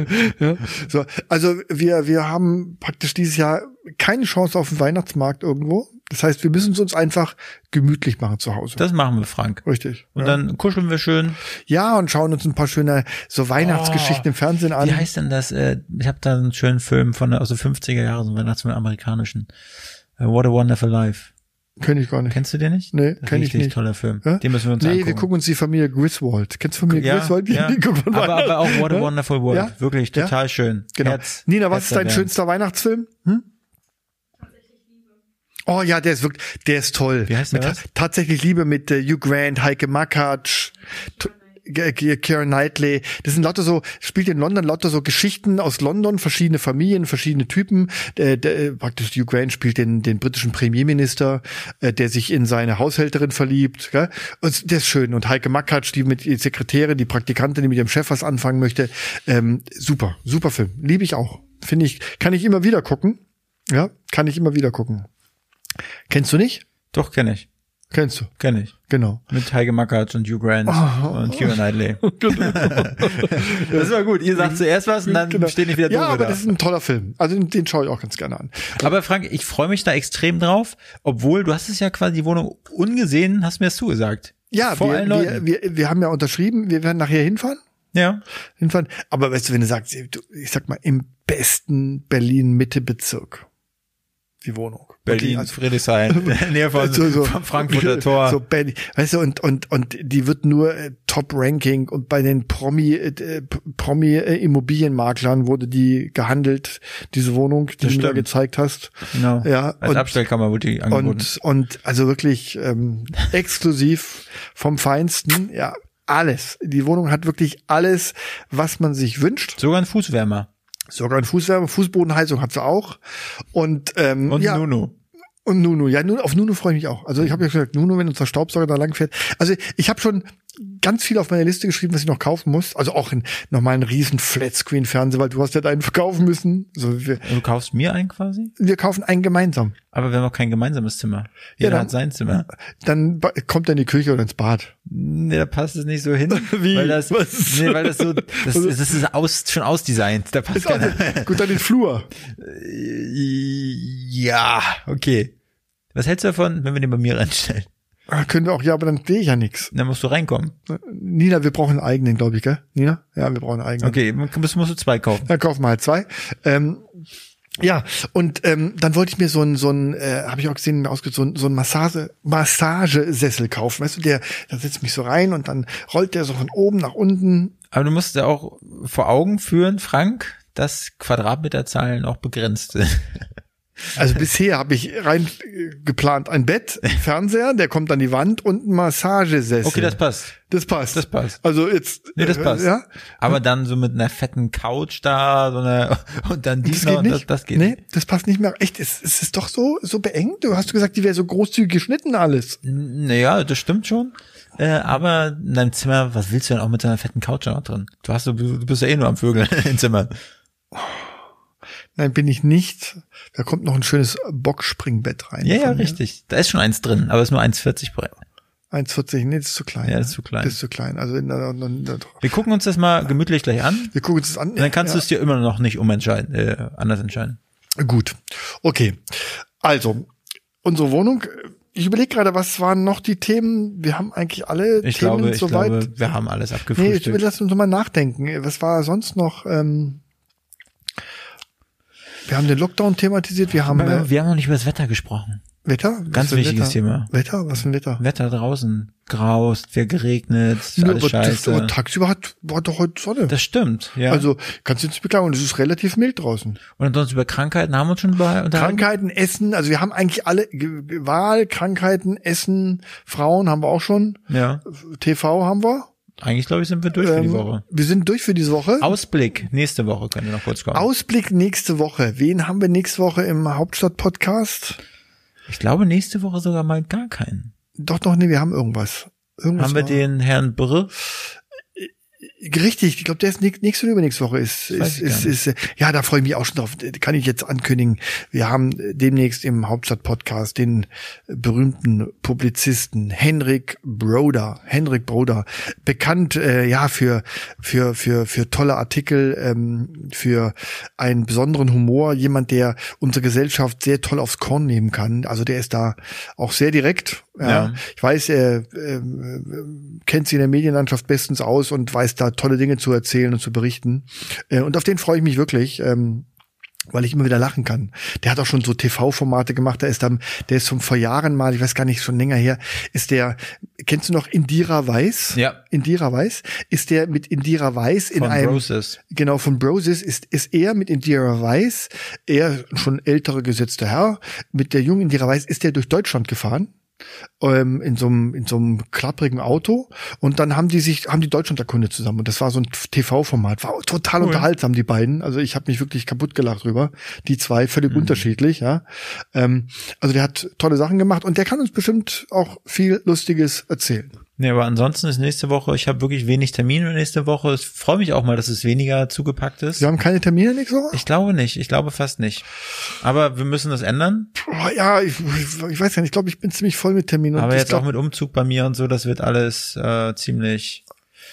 <laughs> ja. so, also wir, wir haben praktisch dieses Jahr keine Chance auf den Weihnachtsmarkt irgendwo. Das heißt, wir müssen es uns einfach gemütlich machen zu Hause. Das machen wir, Frank. Richtig. Und ja. dann kuscheln wir schön. ja, und schauen uns ein paar schöne so Weihnachtsgeschichten im Fernsehen an. Oh, Wie heißt denn das? Äh, ich habe da einen schönen Film von der- aus den 50er Jahren, so einen Weihnachtsfilm einen amerikanischen. Äh, What a Wonderful Life. Kenn ich gar nicht. Kennst du den nicht? Nee, Das ist kenn ich richtig nicht. toller Film. Ja? Den müssen wir uns nee, angucken. wir gucken uns die Familie Griswold. Kennst du Familie Griswold? Die- <laughs> die gucken wir aber, mal. aber auch What a Ja? Wonderful World. Ja? Wirklich Ja? total schön. Genau. Herz- Nina, was ist dein Herzerwärmend. schönster Weihnachtsfilm? Hm? Oh ja, der ist wirklich, der ist toll. Wie heißt der, Mit was? ta- Tatsächlich Liebe mit äh, Hugh Grant, Heike Makatsch, T- G- G- Keira Knightley. Das sind lauter so, spielt in London lauter so Geschichten aus London, verschiedene Familien, verschiedene Typen. Äh, der, äh, praktisch Hugh Grant spielt den, den britischen Premierminister, äh, der sich in seine Haushälterin verliebt. Gell? Und der ist schön. Und Heike Makatsch, die mit die Sekretärin, die Praktikantin, die mit ihrem Chef was anfangen möchte. Ähm, super, super Film. Liebe ich auch. Finde ich, kann ich immer wieder gucken. Ja, kann ich immer wieder gucken. Kennst du nicht? Doch, kenne ich. Kennst du, Kenne ich. genau. Mit Heike Mackert und Hugh Grant Oh. und <laughs> Keira Knightley. <laughs> das war gut. Ihr sagt zuerst was und dann genau. steht nicht wieder ja, dumm aber da. das ist ein toller Film. Also den, den schaue ich auch ganz gerne an. Aber Frank, ich freue mich da extrem drauf, obwohl du hast es ja quasi die Wohnung ungesehen, hast mir das zugesagt. Ja, vor wir, allen wir, Leuten. wir, wir haben ja unterschrieben, wir werden nachher hinfahren. ja. hinfahren. Aber weißt du, wenn du sagst, du- ich sag mal, im besten Berlin-Mitte-Bezirk die Wohnung. Wirklich, Berlin, also- Friedrichshain, <laughs> näher von, so, so, <laughs> vom Frankfurter Tor. So Berlin. Weißt du, und, und, und die wird nur äh, Top-Ranking und bei den Promi, äh, P- Promi äh, Immobilienmaklern wurde die gehandelt, diese Wohnung, die Das du mir da stimmt. gezeigt hast. genau. Ja, Als und- Abstellkammer wurde die angeboten. Und, und also wirklich ähm, exklusiv vom Feinsten, ja, alles. Die Wohnung hat wirklich alles, was man sich wünscht. Sogar ein Fußwärmer. Sogar ein Fußwärme, Fußbodenheizung hat sie auch. Und, ähm, Und ja, Nunu. und Nuno. Ja, Nuno, auf Nuno freue ich mich auch. Also ich habe ja gesagt, Nuno, wenn unser Staubsauger da lang fährt. Also ich habe schon ganz viel auf meine Liste geschrieben, was ich noch kaufen muss. Also auch in, nochmal einen riesen Flatscreen-Fernseher, weil du hast ja deinen verkaufen müssen. Also wir, Du kaufst mir einen quasi? wir kaufen einen gemeinsam. Aber wir haben auch kein gemeinsames Zimmer. Jeder dann- hat sein Zimmer. Dann ba- kommt er in die Küche oder ins Bad. <laughs> Nee, da passt es nicht so hin. <laughs> Wie? Weil das, Was? Also- nee, weil das so, das, das ist aus, schon ausdesignt. Da passt Ist auch keiner. nicht- Gut, dann den Flur. Äh, Ja, okay. Was hältst du davon, wenn wir den bei mir reinstellen? Ah, Können wir auch, ja, aber dann sehe ich ja nichts. Dann musst du reinkommen. Nina, wir brauchen einen eigenen, glaube ich, gell? Nina? Ja, wir brauchen einen eigenen. Okay, musst, musst du zwei kaufen. Dann kaufen wir halt zwei. Ähm, ja, und ähm, dann wollte ich mir so ein, so ein, äh, habe ich auch gesehen, mir ausgesucht, so ein, so ein Massage, Massagesessel kaufen. Weißt du, der, da setzt mich so rein und dann rollt der so von oben nach unten. Aber du musst ja auch vor Augen führen, Frank, dass Quadratmeterzahlen auch begrenzt sind. Also bisher habe ich rein äh, geplant ein Bett, <laughs> ein Fernseher, der kommt an die Wand und ein Massagesessel. <laughs> Okay, das passt. das passt. Das passt. Also jetzt. Nee, das äh, passt. Ja? Aber dann so mit einer fetten Couch da, so eine, <laughs> und dann die Das geht und nicht. das, das geht nee, nicht. das passt nicht mehr. Echt, es, es ist doch so, so beengt. Du hast gesagt, die wäre so großzügig geschnitten alles. N- Naja, das stimmt schon. Äh, aber in deinem Zimmer, was willst du denn auch mit so einer fetten Couch da noch drin? Du hast, so- du bist ja eh nur am Vögeln <laughs> im Zimmer. Nein, bin ich nicht. Da kommt noch ein schönes Boxspringbett rein. Ja, ja, Von mir. richtig. Da ist schon eins drin, aber es ist nur 1,40 breit. 1,40, nee, das ist zu klein. Ja, das ist zu klein. Das ist zu klein. Also, wenn da, dann, dann, Wir gucken uns das mal gemütlich gleich an. wir gucken uns das an. Und dann kannst ja. du es dir immer noch nicht umentscheiden, äh, anders entscheiden. Gut. Okay. Also, unsere Wohnung. Ich überlege gerade, was waren noch die Themen? Wir haben eigentlich alle Ich Themen glaube, ich soweit. glaube, wir haben alles nee, ich abgefrühstückt. lass uns nochmal nachdenken. Was war sonst noch? Ähm, wir haben den Lockdown thematisiert. Wir haben. äh, wir haben noch nicht über das Wetter gesprochen. Wetter? Was Ganz für ein wichtiges Wetter? Thema. Wetter? Was für ein Wetter? Wetter draußen, graust, wir geregnet, ist Nö, alles aber, das, aber scheiße. tagsüber hat, war doch heute Sonne. Das stimmt, ja. Also kannst du jetzt beklagen, und es ist relativ mild draußen. und ansonsten über Krankheiten haben wir uns schon über- unterhalten. Krankheiten, Essen, also wir haben eigentlich alle Ge- Ge- Wahl, Krankheiten, Essen, Frauen haben wir auch schon, Ja, TV haben wir. eigentlich glaube ich sind wir durch für die Ähm, Woche. Wir sind durch für diese Woche. Ausblick, nächste Woche können wir noch kurz kommen. Ausblick nächste Woche. Wen haben wir nächste Woche im Hauptstadt-Podcast? ich glaube nächste Woche sogar mal gar keinen. Doch, doch, nee, wir haben irgendwas. irgendwas Haben wir war- den Herrn Brr? Richtig, ich glaube, der ist nix- nächste oder übernächste Woche ist, weiß ist, ich gar ist, ist, äh, ja, da freue ich mich auch schon drauf. Kann ich jetzt ankündigen. Wir haben äh, demnächst im Hauptstadt-Podcast den äh, berühmten Publizisten Henrik Broder, Henrik Broder, bekannt, äh, ja, für, für, für, für tolle Artikel, ähm, für einen besonderen Humor, jemand, der unsere Gesellschaft sehr toll aufs Korn nehmen kann. Also der ist da auch sehr direkt. Ja. Ja. Ich weiß, er, äh, kennt sie in der Medienlandschaft bestens aus und weiß da tolle Dinge zu erzählen und zu berichten. Äh, Und auf den freue ich mich wirklich. ähm, weil ich immer wieder lachen kann. Der hat auch schon so TV-Formate gemacht. Der ist dann, der ist schon vor Jahren mal, ich weiß gar nicht, schon länger her, ist der, kennst du noch Indira Weiß? Ja. Indira Weiß? Ist der mit Indira Weiß in Von einem, Roses. genau, von Broses ist, ist er mit Indira Weiß, er schon ältere gesetzter Herr, mit der jungen Indira Weiß ist er durch Deutschland gefahren. Ähm, in so einem in so einem klapprigen Auto und dann haben die sich haben die Deutschland erkundet zusammen und das war so ein TV-Format war total unterhaltsam die beiden also ich habe mich wirklich kaputt gelacht drüber die zwei völlig unterschiedlich ja ähm, also der hat tolle Sachen gemacht und der kann uns bestimmt auch viel Lustiges erzählen Nee, aber ansonsten ist nächste Woche, ich habe wirklich wenig Termine nächste Woche. Ich freue mich auch mal, dass es weniger zugepackt ist. wir haben keine Termine nächste Woche Ich glaube nicht, ich glaube fast nicht. Aber wir müssen das ändern. Boah, ja, ich, ich, ich weiß ja nicht, ich glaube, ich bin ziemlich voll mit Terminen. aber ich jetzt glaub, auch mit Umzug bei mir und so, das wird alles äh, ziemlich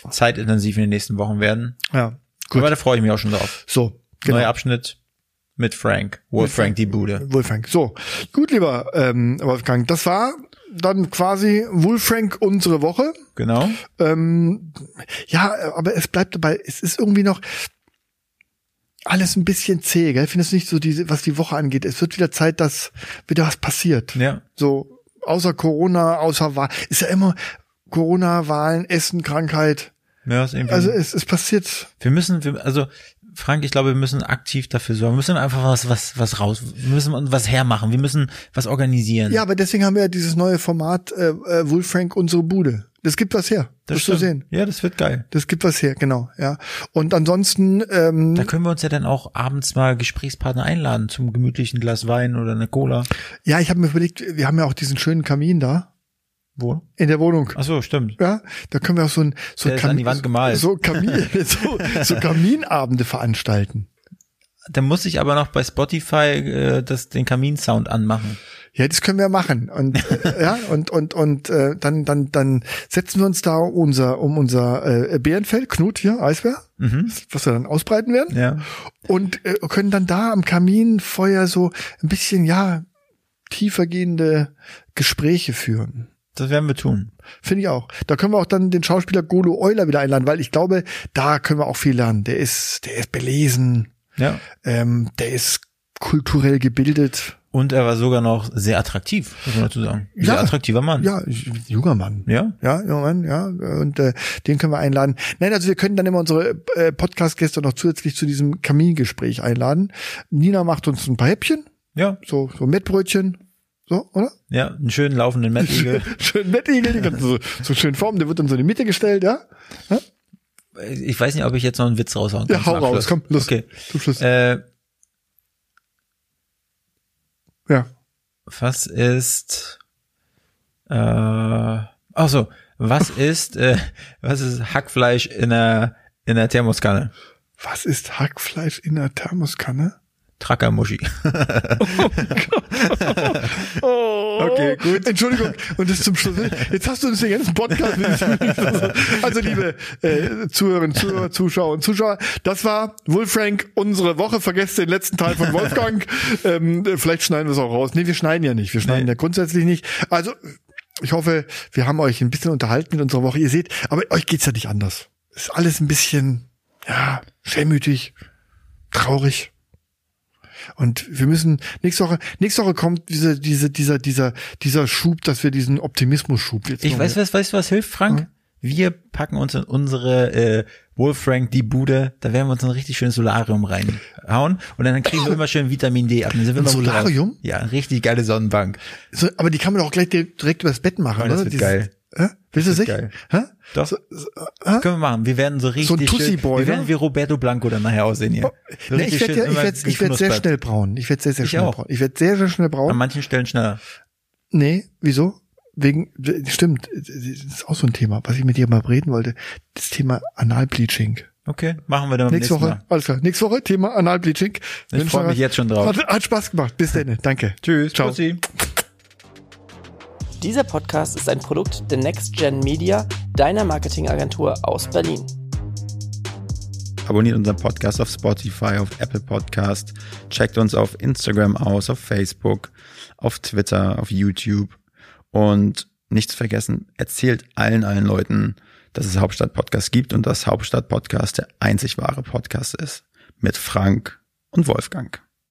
zeitintensiv in den nächsten Wochen werden. Ja, Aber gut. da freue ich mich auch schon drauf. So, genau. Neuer Abschnitt mit Frank. Wo Frank die Bude. Wolfrank. So, gut, lieber ähm, Wolfgang. Das war dann quasi Wolfrank unsere Woche. Genau. Ähm, ja, aber es bleibt dabei, es ist irgendwie noch alles ein bisschen zäh, gell? Findest du nicht so diese, was die Woche angeht? Es wird wieder Zeit, dass wieder was passiert. Ja. So, außer Corona, außer Wahl. Ist ja immer Corona, Wahlen, Essen, Krankheit. Ja, ist irgendwie. Also es, es passiert wir müssen, wir, also Frank, ich glaube, wir müssen aktiv dafür sorgen. Wir müssen einfach was, was, was raus. Wir müssen was hermachen. Wir müssen was organisieren. Ja, aber deswegen haben wir ja dieses neue Format äh, äh, Wolfrank unsere Bude. Das gibt was her. Das ist zu stimmt. sehen. Ja, das wird geil. Das gibt was her, genau, ja. Und ansonsten, ähm, Da können wir uns ja dann auch abends mal Gesprächspartner einladen zum gemütlichen Glas Wein oder eine Cola. ja, ich habe mir überlegt, wir haben ja auch diesen schönen Kamin da Wo? in der Wohnung. Ach so, stimmt. Ja, da können wir auch so ein so Ah. Der ist an die Wand gemalt. so <laughs> Kamin so, so Kaminabende veranstalten. Dann muss ich aber noch bei Spotify äh, das, den Kaminsound anmachen. Ja, das können wir machen und äh, ja und und und äh, dann dann dann setzen wir uns da um unser um unser äh, Bärenfell Knut hier Eisbär, Mhm. was wir dann ausbreiten werden. Ja. und äh, können dann da am Kaminfeuer so ein bisschen, ja, tiefergehende Gespräche führen. Das werden wir tun. Finde ich auch. Da können wir auch dann den Schauspieler Golo Euler wieder einladen, weil ich glaube, da können wir auch viel lernen. Der ist, der ist belesen, Ja. ähm, der ist kulturell gebildet. Und er war sogar noch sehr attraktiv, muss man dazu sagen. Sehr Ja. attraktiver Mann. Ja, junger Mann. Ja. Ja, junger Mann, ja. Und äh, den können wir einladen. Nein, also wir können dann immer unsere äh, Podcast-Gäste noch zusätzlich zu diesem Kamingespräch einladen. Nina macht uns ein paar Häppchen, Ja. so, so Mettbrötchen. So, <laughs> oder? Ja. Einen schönen <laughs> laufenden Mettigel. schön Mettigel, die <laughs> ganzen so, so schön Form, der wird dann so in die Mitte gestellt, ja? ich weiß nicht, ob ich jetzt noch einen Witz raushauen kann. Ja, hau zum Abschluss. raus, komm, los. Okay. Zum Schluss. Äh, ja. was ist, äh, ach so, <laughs> was ist, äh, was ist Hackfleisch in der, in der Thermoskanne? Was ist Hackfleisch in einer Thermoskanne? Trackermuschi. Okay, gut. Entschuldigung, und das zum Schluss. Jetzt hast du uns den ganzen Podcast. mit diesem- also, liebe äh, Zuhörerinnen, Zuhörer, Zuschauer und Zuschauer, das war Wolfrank, unsere Woche. Vergesst den letzten Teil von Wolfgang. ähm, vielleicht schneiden wir es auch raus. Nee, wir schneiden ja nicht. Wir schneiden ja grundsätzlich nicht. Also, ich hoffe, wir haben euch ein bisschen unterhalten mit unserer Woche. Ihr seht, aber euch geht's ja nicht anders. Ist alles ein bisschen, ja, schwermütig, traurig. Und wir müssen nächste Woche, nächste Woche kommt diese, diese, dieser, dieser, dieser Schub, dass wir diesen Optimismus-Schub jetzt. Ich noch- weiß, was, weißt du, was hilft, Frank? Hm? Wir packen uns in unsere äh, Wolfrank, die Bude, da werden wir uns ein richtig schönes Solarium reinhauen und <laughs> dann kriegen wir immer schön Vitamin D ab. Dann sind wir Ein immer gut drauf. Solarium? Ja, eine richtig geile Sonnenbank. So, aber die kann man doch gleich direkt, direkt übers Bett machen, Oh, das oder? wird Dieses- geil. Hä? Willst du Das wird sicher? geil. Hä? Doch. So, so, äh, Das können wir machen. Wir werden so richtig So ein Tussi-Boy, schön, wir werden ne? wie Roberto Blanco dann nachher aussehen hier. So ne, richtig ich werde schön ja, ich immer werd, ich werd sehr geknuspert. schnell braun. Ich werde sehr, sehr Ich schnell auch. braun. Ich werde sehr, sehr schnell An braun. manchen Stellen schneller. Nee, wieso? Wegen, äh, stimmt, das ist auch so ein Thema, was ich mit dir mal reden wollte. Das Thema Analbleaching. Okay, machen wir dann beim Nächste nächsten Woche, Mal. alles klar. Nächste Woche Thema Analbleaching. Ich Wünsche freu mich was- jetzt schon drauf. Hat, hat Spaß gemacht. Bis dann. Danke. Tschüss, Ciao. Tschüssi. Dieser Podcast ist ein Produkt der Next Gen Media, deiner Marketingagentur aus Berlin. Abonniert unseren Podcast auf Spotify, auf Apple Podcast, checkt uns auf Instagram aus, auf Facebook, auf Twitter, auf YouTube und nichts vergessen, erzählt allen, allen Leuten, dass es Hauptstadt Podcast gibt und dass Hauptstadt Podcast der einzig wahre Podcast ist mit Frank und Wolfgang.